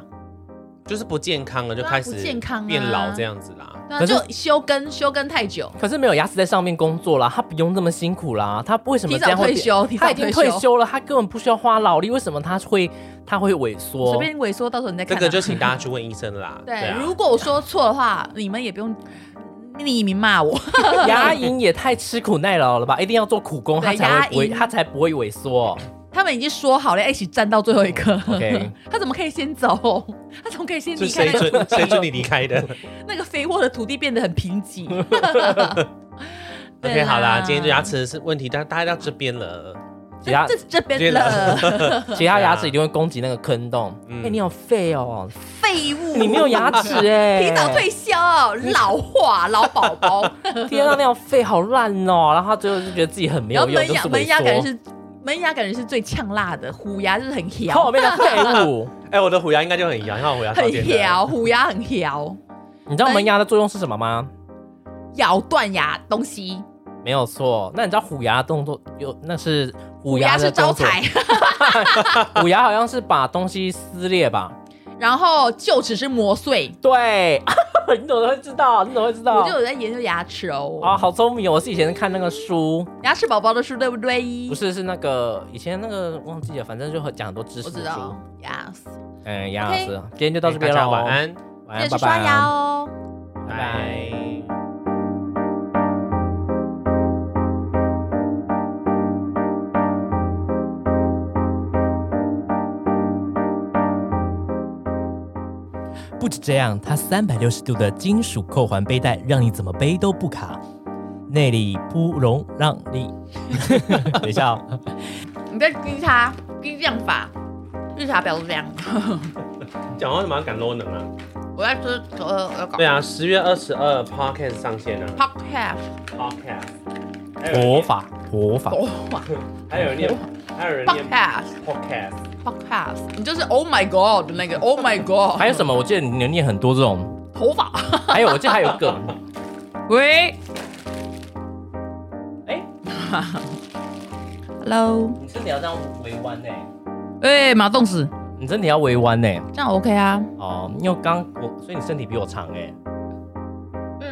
Speaker 1: 就是不健康了，就
Speaker 2: 对啊
Speaker 1: 开始
Speaker 2: 不健康啊
Speaker 1: 变老这样子啦。
Speaker 2: 对啊，
Speaker 3: 可是
Speaker 2: 就修根修根太久，
Speaker 3: 可是没有牙齿在上面工作啦，他不用这么辛苦啦，他为什么
Speaker 2: 提
Speaker 3: 这样
Speaker 2: 早
Speaker 3: 会
Speaker 2: 退
Speaker 3: 变？
Speaker 2: 休，提
Speaker 3: 他
Speaker 2: 早
Speaker 3: 已经
Speaker 2: 退
Speaker 3: 退，休了，他根本不需要花劳力，为什么他会他会萎缩？
Speaker 2: 随便萎缩，到时候你再
Speaker 1: 这
Speaker 2: 看啊。
Speaker 1: 个就请大家去问医生啦。
Speaker 2: <laughs> 对，
Speaker 1: 啊
Speaker 2: 如果我说错的话，你们也不用匿名骂我。 <laughs>
Speaker 3: <laughs> 牙龈也太吃苦耐劳了吧？一定要做苦工，
Speaker 2: 对
Speaker 3: 他才会
Speaker 2: 牙
Speaker 3: 萎，
Speaker 2: 龈
Speaker 3: 他才不会萎
Speaker 2: <laughs>
Speaker 3: 缩。
Speaker 2: 他们已经说好了要一起站到最后一刻。
Speaker 3: OK
Speaker 2: <laughs> 他怎么可以先走？ <laughs> 他怎么可以先
Speaker 1: 是
Speaker 2: 离开
Speaker 1: 谁
Speaker 2: 那个
Speaker 1: 准谁准你离开
Speaker 2: <laughs>
Speaker 1: 的
Speaker 2: 那个肥沃的土地变得很贫瘠？对
Speaker 1: ？OK，好啦，今天这牙齿是问题，大大家到这边了。
Speaker 3: 其他
Speaker 2: 这这边的
Speaker 3: 其他牙齿一定会攻击那个坑洞。哎、
Speaker 1: 嗯
Speaker 3: 你好废哦，
Speaker 2: <laughs> 废物，
Speaker 3: 你没
Speaker 2: <laughs>
Speaker 3: 有牙齿哎、
Speaker 2: 提早退休，老化老宝宝，
Speaker 3: 天啊，那样废好烂哦。然后他最后就觉得自己很没
Speaker 2: 然
Speaker 3: 有
Speaker 2: 后
Speaker 3: 用，
Speaker 2: 门
Speaker 3: 就
Speaker 2: 牙
Speaker 3: 是
Speaker 2: 门牙感
Speaker 3: 萎
Speaker 2: 觉
Speaker 3: <laughs> 缩。
Speaker 2: 是门牙感觉是最呛辣的，虎牙就是很
Speaker 3: 看我
Speaker 2: 摇，
Speaker 3: 面的
Speaker 2: <laughs>
Speaker 3: 废物，
Speaker 1: 哎，我的虎牙应该就很摇，你看我虎牙超
Speaker 2: 很哦
Speaker 1: 尖的。
Speaker 2: 摇，虎牙很摇，
Speaker 3: 你知道门牙的作用是什么吗？
Speaker 2: 咬断牙东西，
Speaker 3: 没有错。那你知道虎牙的动作有那是虎
Speaker 2: 虎牙
Speaker 3: 的
Speaker 2: 是招
Speaker 3: 动作，
Speaker 2: 财，
Speaker 3: 虎牙好像是把东西撕裂吧？
Speaker 2: <laughs> 然后臼齿是磨碎。
Speaker 3: 对， <laughs> 你怎么会知道？你怎么会知道
Speaker 2: 我就？有在研究牙齿哦，
Speaker 3: 啊，好聪明哦！我是以前看那个书，
Speaker 2: 牙齿宝宝的书对不对？
Speaker 3: 不，是是那个以前那个忘记了，反正就很讲很多知
Speaker 2: 我
Speaker 3: 识
Speaker 2: 知
Speaker 3: 的书
Speaker 2: 道。。Yes，
Speaker 3: 嗯，杨老
Speaker 2: OK
Speaker 3: 师，今天就到这边
Speaker 1: 大
Speaker 3: 了，
Speaker 1: 家晚，安，
Speaker 3: 哎
Speaker 2: 记得
Speaker 3: 晚安，拜
Speaker 2: 去刷牙
Speaker 3: 拜，
Speaker 2: 哦。
Speaker 3: 拜拜。
Speaker 1: 拜
Speaker 3: 不止这样，它三百六十度的金属扣环背带让你怎么背都不卡，内里不容让你。 <laughs> 等一下、哦，
Speaker 2: 你在盯他，盯量法，绿茶婊是这样。 <laughs>
Speaker 1: 讲话怎么要赶 low 能啊？
Speaker 2: 我在吃呃呃搞
Speaker 1: 对啊，十月二十二 podcast 上线啊
Speaker 2: podcast
Speaker 1: ，podcast，还有
Speaker 3: 活
Speaker 1: 人
Speaker 3: 法，活法，
Speaker 2: 哦
Speaker 1: 还有人念，还有人念
Speaker 2: podcast
Speaker 1: podcast，
Speaker 2: podcast，你就是 Oh my God 的那个 Oh my God，
Speaker 3: 还有什么？我记得你能念很多这种，
Speaker 2: 头发。 <laughs>
Speaker 3: 还有我记得还有梗，
Speaker 2: 喂
Speaker 3: 哎、
Speaker 2: ，Hello，
Speaker 3: 你真的要这样围弯呢、
Speaker 2: 哎，马洞子，
Speaker 3: 你真的要围弯呢、
Speaker 2: 这样 OK 啊？
Speaker 3: 欸哦，因为刚我，所以你身体比我长哎、
Speaker 2: 嗯，